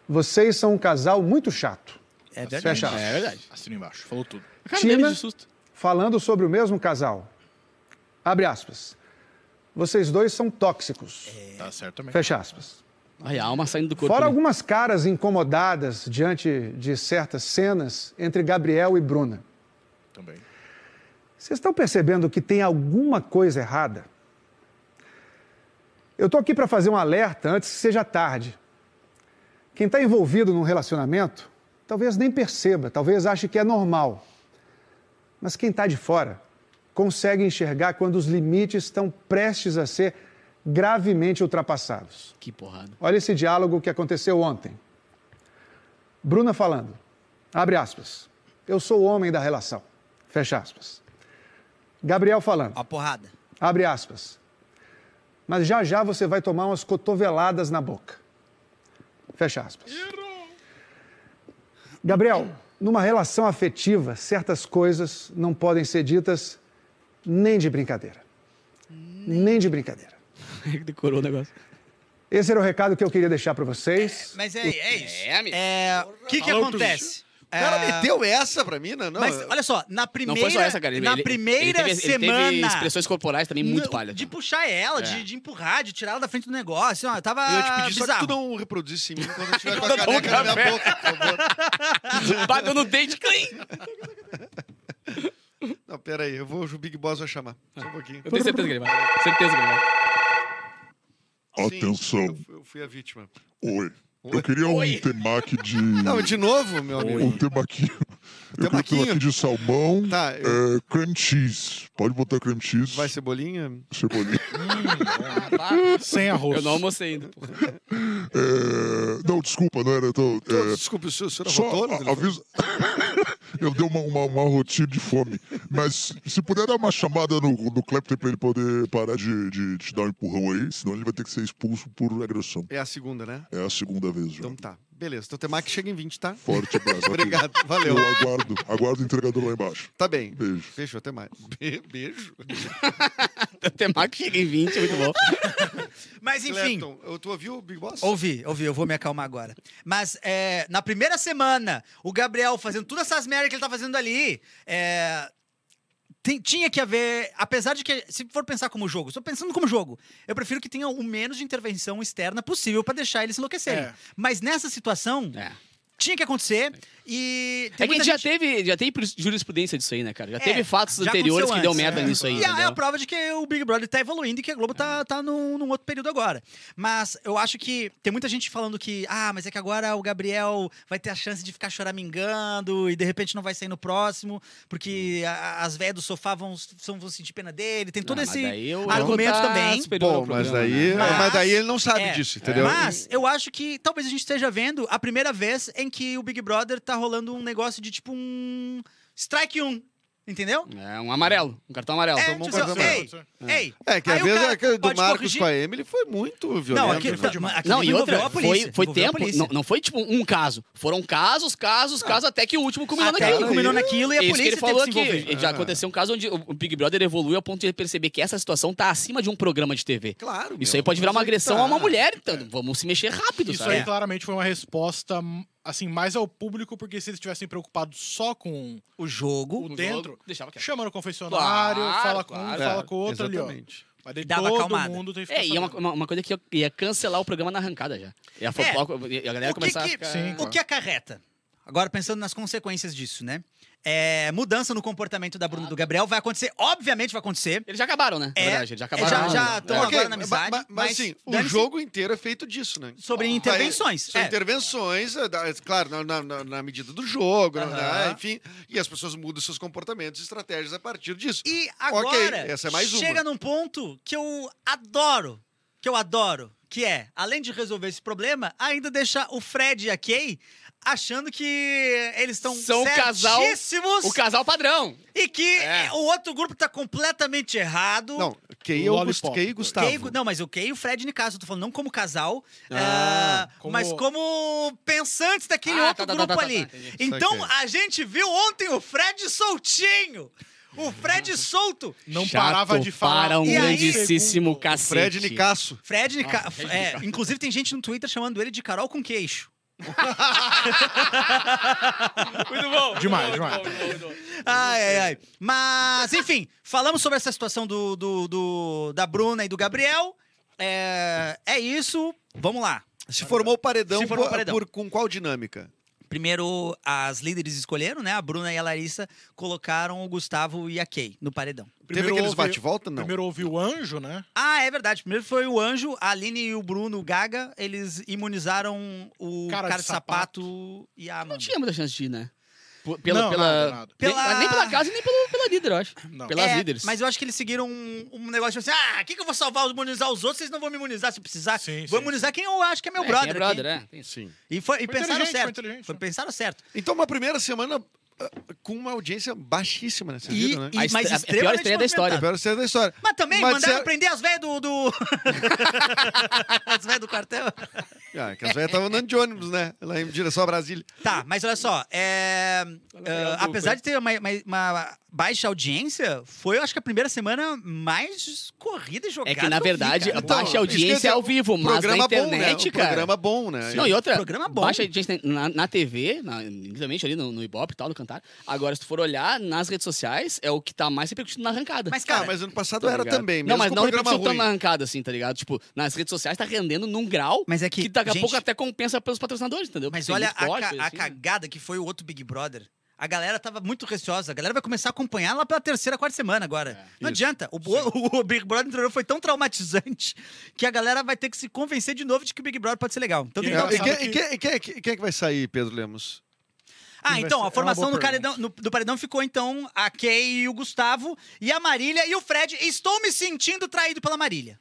[SPEAKER 6] Vocês são um casal muito chato.
[SPEAKER 4] É verdade.
[SPEAKER 6] Fecha aspas.
[SPEAKER 2] É verdade.
[SPEAKER 5] Assina embaixo. Falou tudo.
[SPEAKER 2] Cara,
[SPEAKER 6] Tina-
[SPEAKER 2] menos de susto.
[SPEAKER 6] Falando sobre o mesmo casal. Abre aspas. Vocês dois são tóxicos.
[SPEAKER 4] É.
[SPEAKER 2] É.
[SPEAKER 5] Tá certo também.
[SPEAKER 6] Fecha aspas.
[SPEAKER 2] Ai, a alma saindo do corpo.
[SPEAKER 6] Fora
[SPEAKER 2] né?
[SPEAKER 6] algumas caras incomodadas diante de certas cenas entre Gabriel e Bruna.
[SPEAKER 5] Também.
[SPEAKER 6] Vocês estão percebendo que tem alguma coisa errada? Eu estou aqui para fazer um alerta antes que seja tarde. Quem está envolvido num relacionamento talvez nem perceba, talvez ache que é normal. Mas quem está de fora consegue enxergar quando os limites estão prestes a ser gravemente ultrapassados.
[SPEAKER 2] Que porrada.
[SPEAKER 6] Olha esse diálogo que aconteceu ontem. Bruna falando. Abre aspas. Eu sou o homem da relação. Fecha aspas. Gabriel falando.
[SPEAKER 4] Ó, porrada.
[SPEAKER 6] Abre aspas. Mas já já você vai tomar umas cotoveladas na boca. Fecha aspas. Gabriel, numa relação afetiva, certas coisas não podem ser ditas nem de brincadeira. Nem de brincadeira.
[SPEAKER 2] Decorou o negócio.
[SPEAKER 6] Esse era o recado que eu queria deixar para vocês.
[SPEAKER 4] Mas é, é isso.
[SPEAKER 2] É, amigo.
[SPEAKER 4] É, O que, que
[SPEAKER 5] Falou
[SPEAKER 4] acontece?
[SPEAKER 3] O cara meteu essa pra mim, né? Não,
[SPEAKER 4] É. Mas olha só, na primeira,
[SPEAKER 2] Não foi só essa, cara. Ele-
[SPEAKER 4] na
[SPEAKER 2] ele-
[SPEAKER 4] primeira
[SPEAKER 2] ele teve,
[SPEAKER 4] semana...
[SPEAKER 2] Ele teve expressões corporais também muito
[SPEAKER 4] Não,
[SPEAKER 2] palha.
[SPEAKER 4] De puxar ela,
[SPEAKER 2] É.
[SPEAKER 4] de, de empurrar, de tirar ela da frente do negócio. Ó, eu tava
[SPEAKER 3] Eu ia te pedir só
[SPEAKER 4] bizarro.
[SPEAKER 3] que tu não reproduzisse em mim quando eu estiver com a
[SPEAKER 2] Não dá um
[SPEAKER 3] caneca na minha
[SPEAKER 2] café.
[SPEAKER 3] boca, por favor.
[SPEAKER 2] Bateu no dente, clean.
[SPEAKER 3] Não, pera aí, eu vou, o Big Boss vai chamar. Só um pouquinho.
[SPEAKER 2] Eu tenho certeza que ele vai. Certeza que ele vai.
[SPEAKER 3] Sim,
[SPEAKER 1] Atenção.
[SPEAKER 3] eu- eu fui a vítima.
[SPEAKER 1] Oi. Eu queria um temaki de.
[SPEAKER 3] Não, de novo, meu amigo.
[SPEAKER 1] Um temaquinho. Eu queria um
[SPEAKER 3] Temaquinho?
[SPEAKER 1] temaki de salmão.
[SPEAKER 3] Tá, eu-
[SPEAKER 1] é, cream cheese. Pode botar cream cheese.
[SPEAKER 3] Vai cebolinha?
[SPEAKER 1] Cebolinha.
[SPEAKER 5] Sem arroz.
[SPEAKER 2] Eu não almocei ainda, porra.
[SPEAKER 1] É, não, desculpa, não era tão.
[SPEAKER 3] Pô,
[SPEAKER 1] é,
[SPEAKER 3] Desculpa, o senhor, o senhor
[SPEAKER 1] Só
[SPEAKER 3] arrotou? né?
[SPEAKER 1] a- avisa. eu dei uma, uma, uma rotina de fome. Mas se puder dar uma chamada no, no Clapton pra ele poder parar de, de, de te dar um empurrão aí, senão ele vai ter que ser expulso por agressão.
[SPEAKER 3] É a segunda, né?
[SPEAKER 1] É a segunda vez já.
[SPEAKER 3] Então tá. Beleza, então tem que chega em 20, tá?
[SPEAKER 1] Forte abraço.
[SPEAKER 3] Obrigado, valeu.
[SPEAKER 1] Eu aguardo, aguardo o entregador lá embaixo.
[SPEAKER 3] Tá bem.
[SPEAKER 1] Beijo.
[SPEAKER 3] Fechou, até mais. Be- beijo.
[SPEAKER 2] Até Mac chega em 20, muito bom.
[SPEAKER 4] Mas enfim,
[SPEAKER 3] Clepton, eu- tu ouviu o Big Boss?
[SPEAKER 4] ouvi, ouvi, eu vou me acalmar agora. Mas é, na primeira semana, o Gabriel fazendo todas essas merdas que ele tá fazendo ali, é, tem- tinha que haver, apesar de que, se for pensar como jogo, estou pensando como jogo, eu prefiro que tenha o menos de intervenção externa possível pra deixar eles enlouquecerem.
[SPEAKER 5] É.
[SPEAKER 4] Mas nessa situação,
[SPEAKER 2] É.
[SPEAKER 4] tinha que acontecer e...
[SPEAKER 2] É que a
[SPEAKER 4] muita É,
[SPEAKER 2] gente já teve, já teve jurisprudência disso aí, né, cara? Já teve fatos
[SPEAKER 4] já
[SPEAKER 2] anteriores que
[SPEAKER 4] aconteceu
[SPEAKER 2] deu
[SPEAKER 4] antes,
[SPEAKER 2] merda
[SPEAKER 4] é.
[SPEAKER 2] nisso aí.
[SPEAKER 4] E é- é a
[SPEAKER 2] entendeu?
[SPEAKER 4] prova de que o Big Brother tá evoluindo e que a Globo tá, tá num, num outro período agora. Mas eu acho que tem muita gente falando que, ah, mas é que agora o Gabriel vai ter a chance de ficar choramingando e de repente não vai sair no próximo, porque a- a- as velhas do sofá vão, são- vão sentir pena dele. Tem todo
[SPEAKER 2] Ah, mas
[SPEAKER 4] esse
[SPEAKER 2] daí eu-
[SPEAKER 4] argumento
[SPEAKER 2] eu vou tá
[SPEAKER 4] também.
[SPEAKER 2] superior ao
[SPEAKER 3] Bom, mas
[SPEAKER 2] programa,
[SPEAKER 3] daí,
[SPEAKER 2] né?
[SPEAKER 4] Mas-
[SPEAKER 3] mas daí ele não sabe
[SPEAKER 4] É.
[SPEAKER 3] disso, entendeu?
[SPEAKER 4] Mas eu acho que talvez a gente esteja vendo a primeira vez em que o Big Brother tá rolando um negócio de tipo um strike 1, entendeu?
[SPEAKER 2] É um amarelo, um cartão amarelo.
[SPEAKER 4] É,
[SPEAKER 2] Tomou um
[SPEAKER 4] tipo,
[SPEAKER 2] cartão
[SPEAKER 4] assim,
[SPEAKER 2] amarelo.
[SPEAKER 4] ei, ei.
[SPEAKER 3] É, que a
[SPEAKER 4] aí o
[SPEAKER 3] vez
[SPEAKER 4] cara
[SPEAKER 3] aquele do
[SPEAKER 4] pode
[SPEAKER 3] Marcos
[SPEAKER 4] corrigir.
[SPEAKER 3] com a Emily foi muito violento.
[SPEAKER 4] Não, aquele,
[SPEAKER 3] né?
[SPEAKER 4] tá, aquele
[SPEAKER 2] Não, e
[SPEAKER 4] envolveu
[SPEAKER 2] outra,
[SPEAKER 4] a polícia,
[SPEAKER 2] foi, foi
[SPEAKER 4] envolveu a
[SPEAKER 2] tempo,
[SPEAKER 4] polícia.
[SPEAKER 2] não, não foi tipo um caso. Foram casos, casos, casos, até que o último culminou
[SPEAKER 4] Até
[SPEAKER 2] naquilo.
[SPEAKER 4] que culminou naquilo e a
[SPEAKER 2] É Isso
[SPEAKER 4] polícia
[SPEAKER 2] que ele falou
[SPEAKER 4] teve que se
[SPEAKER 2] aqui.
[SPEAKER 4] envolver.
[SPEAKER 2] Já aconteceu um caso onde o o Big Brother evoluiu a ponto de ele perceber que essa situação tá acima de um programa de TV.
[SPEAKER 3] Claro.
[SPEAKER 2] Isso
[SPEAKER 3] meu,
[SPEAKER 2] aí pode virar
[SPEAKER 3] mas
[SPEAKER 2] uma
[SPEAKER 3] aí
[SPEAKER 2] agressão
[SPEAKER 3] tá.
[SPEAKER 2] a uma mulher, então vamos se mexer rápido,
[SPEAKER 5] Isso
[SPEAKER 2] sabe?
[SPEAKER 5] aí então, claramente foi uma resposta, assim, mais ao público, porque se eles estivessem preocupados só com
[SPEAKER 4] O
[SPEAKER 5] o
[SPEAKER 4] jogo
[SPEAKER 2] No
[SPEAKER 5] dentro,
[SPEAKER 2] jogo, deixava quieto.
[SPEAKER 5] chama no confessionário,
[SPEAKER 2] Claro,
[SPEAKER 5] fala com um,
[SPEAKER 2] claro.
[SPEAKER 5] fala com o outro ali,
[SPEAKER 3] É, Exatamente.
[SPEAKER 5] ó. Mas daí
[SPEAKER 4] Dava
[SPEAKER 5] todo
[SPEAKER 4] acalmada.
[SPEAKER 5] mundo tem que ficar
[SPEAKER 2] É, e é uma,
[SPEAKER 5] sabendo.
[SPEAKER 2] uma- uma coisa que ia- ia cancelar o programa na arrancada já. E a, fofoca- e a galera
[SPEAKER 4] o que,
[SPEAKER 2] começar a
[SPEAKER 4] que-
[SPEAKER 2] ficar...
[SPEAKER 5] Sim,
[SPEAKER 4] o que acarreta? Agora, pensando nas consequências disso, né? É, mudança no comportamento da
[SPEAKER 2] Ah.
[SPEAKER 4] Bruna e do Gabriel vai acontecer, obviamente vai acontecer.
[SPEAKER 2] Eles já acabaram, né?
[SPEAKER 4] É,
[SPEAKER 2] na verdade, eles já
[SPEAKER 4] é,
[SPEAKER 2] acabaram.
[SPEAKER 4] já- já tão
[SPEAKER 2] É.
[SPEAKER 4] agora
[SPEAKER 3] Ok,
[SPEAKER 4] na amizade,
[SPEAKER 3] ma- ma- mas,
[SPEAKER 4] mas
[SPEAKER 3] sim, o
[SPEAKER 4] dane-se.
[SPEAKER 3] jogo inteiro é feito disso, né?
[SPEAKER 4] Sobre
[SPEAKER 3] Vai-
[SPEAKER 4] intervenções,
[SPEAKER 3] Sobre
[SPEAKER 4] é.
[SPEAKER 3] intervenções, é, da- claro, na, na- na- na medida do jogo,
[SPEAKER 4] Aham.
[SPEAKER 3] né, enfim. E as pessoas mudam seus comportamentos e estratégias a partir disso.
[SPEAKER 4] E agora
[SPEAKER 3] essa é mais uma.
[SPEAKER 4] chega num ponto que eu adoro, que eu adoro, que é, além de resolver esse problema, ainda deixar o Fred e a Kay achando que eles estão
[SPEAKER 2] São o casal-
[SPEAKER 4] certíssimos
[SPEAKER 2] O casal padrão.
[SPEAKER 4] e que
[SPEAKER 2] É.
[SPEAKER 4] o outro grupo tá completamente errado.
[SPEAKER 3] Não, é Kay, Augusto,
[SPEAKER 5] Lollipop.
[SPEAKER 3] Kay e Gustavo.
[SPEAKER 4] Kay- não, mas é o Kay e o Fred, no caso, eu tô falando não como casal,
[SPEAKER 5] Ah,
[SPEAKER 4] ah,
[SPEAKER 5] como-
[SPEAKER 4] mas como pensantes daquele
[SPEAKER 2] Ah,
[SPEAKER 4] outro
[SPEAKER 2] tá, tá,
[SPEAKER 4] grupo
[SPEAKER 2] tá, tá, tá,
[SPEAKER 4] ali.
[SPEAKER 2] entendi.
[SPEAKER 4] então,
[SPEAKER 3] Saquei.
[SPEAKER 4] a gente viu ontem o Fred soltinho. O Fred solto.
[SPEAKER 5] Não
[SPEAKER 2] Chato
[SPEAKER 5] parava de falar.
[SPEAKER 2] Para um
[SPEAKER 4] E aí,
[SPEAKER 2] grandíssimo cacete.
[SPEAKER 3] Fred é Nicasso.
[SPEAKER 4] Fred, Nica- é, inclusive tem gente no Twitter chamando ele de Carol com queixo.
[SPEAKER 2] Muito bom.
[SPEAKER 5] Demais,
[SPEAKER 2] muito bom,
[SPEAKER 5] demais.
[SPEAKER 2] muito bom, muito bom, muito bom.
[SPEAKER 4] Ai, ai, ai. Mas, enfim, falamos sobre essa situação do, do- do- da Bruna e do Gabriel. É, é isso. Vamos lá.
[SPEAKER 3] Se formou o paredão,
[SPEAKER 4] Se formou o
[SPEAKER 3] por-
[SPEAKER 4] paredão.
[SPEAKER 3] por- com qual dinâmica?
[SPEAKER 4] Primeiro, as líderes escolheram, né? A Bruna e a Larissa colocaram o Gustavo e a Kay no paredão.
[SPEAKER 3] Teve aqueles
[SPEAKER 5] houve-
[SPEAKER 3] bate-volta? Não.
[SPEAKER 5] Primeiro houve o anjo, né?
[SPEAKER 4] Ah, é verdade. Primeiro foi o Anjo, a Aline e o Bruno o Gaga. Eles imunizaram o cara,
[SPEAKER 5] Cara de
[SPEAKER 4] de sapato, e a Amanda.
[SPEAKER 2] Não tinha muita chance de ir, né? P- Pela,
[SPEAKER 5] Não,
[SPEAKER 2] pela,
[SPEAKER 5] nada, nada.
[SPEAKER 2] Nem,
[SPEAKER 4] Pela-
[SPEAKER 2] nem pela casa e nem pelo, pela líder, eu acho.
[SPEAKER 5] Não.
[SPEAKER 2] Pelas
[SPEAKER 4] É,
[SPEAKER 2] líderes.
[SPEAKER 4] Mas eu acho que eles seguiram um, um negócio assim: ah, que, que eu vou salvar, imunizar os outros, vocês não vão me imunizar se precisar.
[SPEAKER 5] Sim,
[SPEAKER 4] vou
[SPEAKER 5] sim,
[SPEAKER 4] imunizar quem eu acho que é meu
[SPEAKER 2] É,
[SPEAKER 4] brother.
[SPEAKER 2] quem é
[SPEAKER 4] aqui.
[SPEAKER 2] brother, é. Tem isso.
[SPEAKER 3] Sim.
[SPEAKER 4] E, foi, e
[SPEAKER 5] Foi
[SPEAKER 4] pensaram
[SPEAKER 5] inteligente, foi
[SPEAKER 4] certo.
[SPEAKER 5] inteligente,
[SPEAKER 4] Foi-
[SPEAKER 5] né?
[SPEAKER 4] pensaram certo.
[SPEAKER 3] Então, uma primeira semana ah, com uma audiência baixíssima nessa
[SPEAKER 4] E-
[SPEAKER 3] vida, né? É
[SPEAKER 4] e-
[SPEAKER 2] A, estre-
[SPEAKER 4] mas
[SPEAKER 2] a pior
[SPEAKER 4] extremamente
[SPEAKER 2] estreia da história.
[SPEAKER 4] movimentada.
[SPEAKER 3] Pior cena da história.
[SPEAKER 4] Mas também
[SPEAKER 3] Mas é-
[SPEAKER 4] mandaram
[SPEAKER 5] é-
[SPEAKER 3] disseram-
[SPEAKER 4] prender as velhas do. do... as velhas do quartel.
[SPEAKER 3] Ah, que as velhas estavam andando de ônibus, né? Lá em direção a Brasília.
[SPEAKER 4] Tá, mas olha só. é,
[SPEAKER 2] pegar
[SPEAKER 4] ah,
[SPEAKER 2] o grupo,
[SPEAKER 4] apesar
[SPEAKER 2] hein?
[SPEAKER 4] de ter uma, uma- uma baixa audiência foi, eu acho que a primeira semana mais corrida e jogada.
[SPEAKER 2] É que, na
[SPEAKER 4] que eu vi,
[SPEAKER 2] verdade,
[SPEAKER 4] cara.
[SPEAKER 2] a baixa audiência
[SPEAKER 3] esquece,
[SPEAKER 2] é ao vivo, mas na internet,
[SPEAKER 3] Então, bom, né? Um
[SPEAKER 2] cara.
[SPEAKER 3] programa bom, né?
[SPEAKER 2] Não, e outra,
[SPEAKER 4] Programa bom.
[SPEAKER 2] baixa audiência na, na TV, na, literalmente ali no, no Ibope e tal, do Cantar. Agora, se tu for olhar nas redes sociais, é o que tá mais repercutindo na arrancada.
[SPEAKER 4] Mas,
[SPEAKER 3] Ah,
[SPEAKER 4] cara,
[SPEAKER 3] mas ano passado
[SPEAKER 2] Tá
[SPEAKER 3] era
[SPEAKER 2] ligado?
[SPEAKER 3] também, mesmo
[SPEAKER 2] Não, mas
[SPEAKER 3] com
[SPEAKER 2] não
[SPEAKER 3] programa
[SPEAKER 2] repercutiu tanto
[SPEAKER 3] ruim.
[SPEAKER 2] na arrancada, assim, tá ligado? Tipo, nas redes sociais tá rendendo num grau
[SPEAKER 4] Mas é que,
[SPEAKER 2] que, daqui a
[SPEAKER 4] gente,
[SPEAKER 2] pouco até compensa pelos patrocinadores, entendeu?
[SPEAKER 4] Mas
[SPEAKER 2] Tem
[SPEAKER 4] olha
[SPEAKER 2] muito
[SPEAKER 4] a,
[SPEAKER 2] corte,
[SPEAKER 4] ca-
[SPEAKER 2] coisa
[SPEAKER 4] a
[SPEAKER 2] assim, né?
[SPEAKER 4] cagada que foi o outro Big Brother. A galera tava muito receosa. A galera vai começar a acompanhar lá pela terceira, quarta semana agora.
[SPEAKER 5] É.
[SPEAKER 4] Não adianta. O, o- o Big Brother anterior foi tão traumatizante que a galera vai ter que se convencer de novo de que o Big Brother pode ser legal. Então tem que
[SPEAKER 5] É,
[SPEAKER 4] dar um
[SPEAKER 3] E
[SPEAKER 5] engraçado
[SPEAKER 3] quem,
[SPEAKER 5] que-
[SPEAKER 3] e quem- e quem- quem- quem é que vai sair, Pedro Lemos?
[SPEAKER 4] Ah,
[SPEAKER 5] Vai
[SPEAKER 4] então,
[SPEAKER 5] ser-
[SPEAKER 4] a
[SPEAKER 5] é uma
[SPEAKER 4] formação
[SPEAKER 5] boa
[SPEAKER 4] do, Paredão- no- do Paredão ficou, então, a Kay e o Gustavo, e a Marília e o Fred. Estou me sentindo traído pela Marília.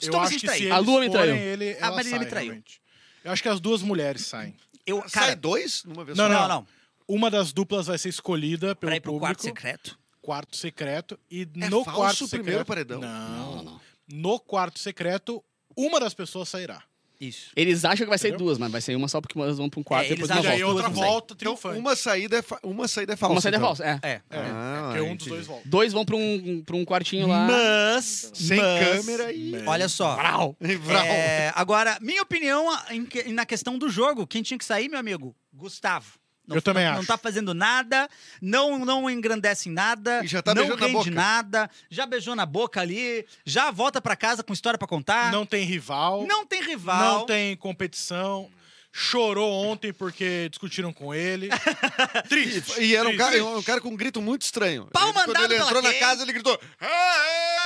[SPEAKER 4] Estou
[SPEAKER 5] Eu
[SPEAKER 4] me
[SPEAKER 5] acho
[SPEAKER 4] sentindo
[SPEAKER 5] que se
[SPEAKER 4] traído.
[SPEAKER 5] eles
[SPEAKER 2] A Lua me traiu.
[SPEAKER 5] forem, ele,
[SPEAKER 4] A
[SPEAKER 5] ela
[SPEAKER 4] Marília me
[SPEAKER 5] sai,
[SPEAKER 4] traiu.
[SPEAKER 5] realmente. Eu acho que as duas mulheres saem.
[SPEAKER 4] Eu,
[SPEAKER 3] Sai
[SPEAKER 4] cara,
[SPEAKER 3] dois numa vez
[SPEAKER 5] Não,
[SPEAKER 3] só?
[SPEAKER 5] não.
[SPEAKER 4] não, não.
[SPEAKER 5] Uma das duplas vai ser escolhida pelo
[SPEAKER 4] Pra ir pro
[SPEAKER 5] público.
[SPEAKER 4] quarto secreto.
[SPEAKER 5] quarto secreto. E
[SPEAKER 3] É
[SPEAKER 5] no
[SPEAKER 3] falso
[SPEAKER 5] quarto
[SPEAKER 3] o primeiro
[SPEAKER 5] secreto.
[SPEAKER 3] paredão.
[SPEAKER 5] Não, não, No quarto secreto, uma das pessoas sairá.
[SPEAKER 4] Isso.
[SPEAKER 2] Eles acham que vai ser
[SPEAKER 5] Entendeu?
[SPEAKER 2] duas, mas vai ser uma só porque elas vão pra um quarto
[SPEAKER 4] É,
[SPEAKER 2] e depois
[SPEAKER 4] eles
[SPEAKER 5] E
[SPEAKER 2] uma
[SPEAKER 4] acham
[SPEAKER 5] aí
[SPEAKER 2] volta.
[SPEAKER 5] outra
[SPEAKER 4] duas não saem.
[SPEAKER 5] volta um
[SPEAKER 3] Então,
[SPEAKER 5] triunfante.
[SPEAKER 3] uma saída, é fa- uma saída é falsa.
[SPEAKER 2] Uma saída
[SPEAKER 3] então.
[SPEAKER 2] falsa, é.
[SPEAKER 4] É.
[SPEAKER 3] Ah,
[SPEAKER 5] Porque um dos
[SPEAKER 3] entendi.
[SPEAKER 5] dois volta.
[SPEAKER 2] Dois vão pra um, pra um quartinho lá.
[SPEAKER 4] Mas,
[SPEAKER 3] Sem
[SPEAKER 4] mas-
[SPEAKER 3] câmera e...
[SPEAKER 4] Olha só.
[SPEAKER 2] Brau.
[SPEAKER 3] É. Vral.
[SPEAKER 4] É, agora, minha opinião em que- na questão do jogo, quem tinha que sair, meu amigo? Gustavo. Não,
[SPEAKER 5] Eu também
[SPEAKER 4] não,
[SPEAKER 5] acho.
[SPEAKER 4] Não tá fazendo nada, não, não engrandece em nada,
[SPEAKER 3] E já tá
[SPEAKER 4] não
[SPEAKER 3] beijando na
[SPEAKER 4] rende
[SPEAKER 3] boca.
[SPEAKER 4] nada, já beijou na boca ali, já volta pra casa com história pra contar.
[SPEAKER 5] Não tem rival.
[SPEAKER 4] tá- Não tem rival.
[SPEAKER 5] Não tem competição. Chorou ontem porque discutiram com ele. triste.
[SPEAKER 3] E era um
[SPEAKER 5] triste.
[SPEAKER 3] cara, um cara com um grito muito estranho.
[SPEAKER 4] Pau
[SPEAKER 3] ele, quando
[SPEAKER 4] mandado
[SPEAKER 3] ele
[SPEAKER 4] pela
[SPEAKER 3] entrou na
[SPEAKER 4] Kay.
[SPEAKER 3] casa, ele gritou... "Ah, é!"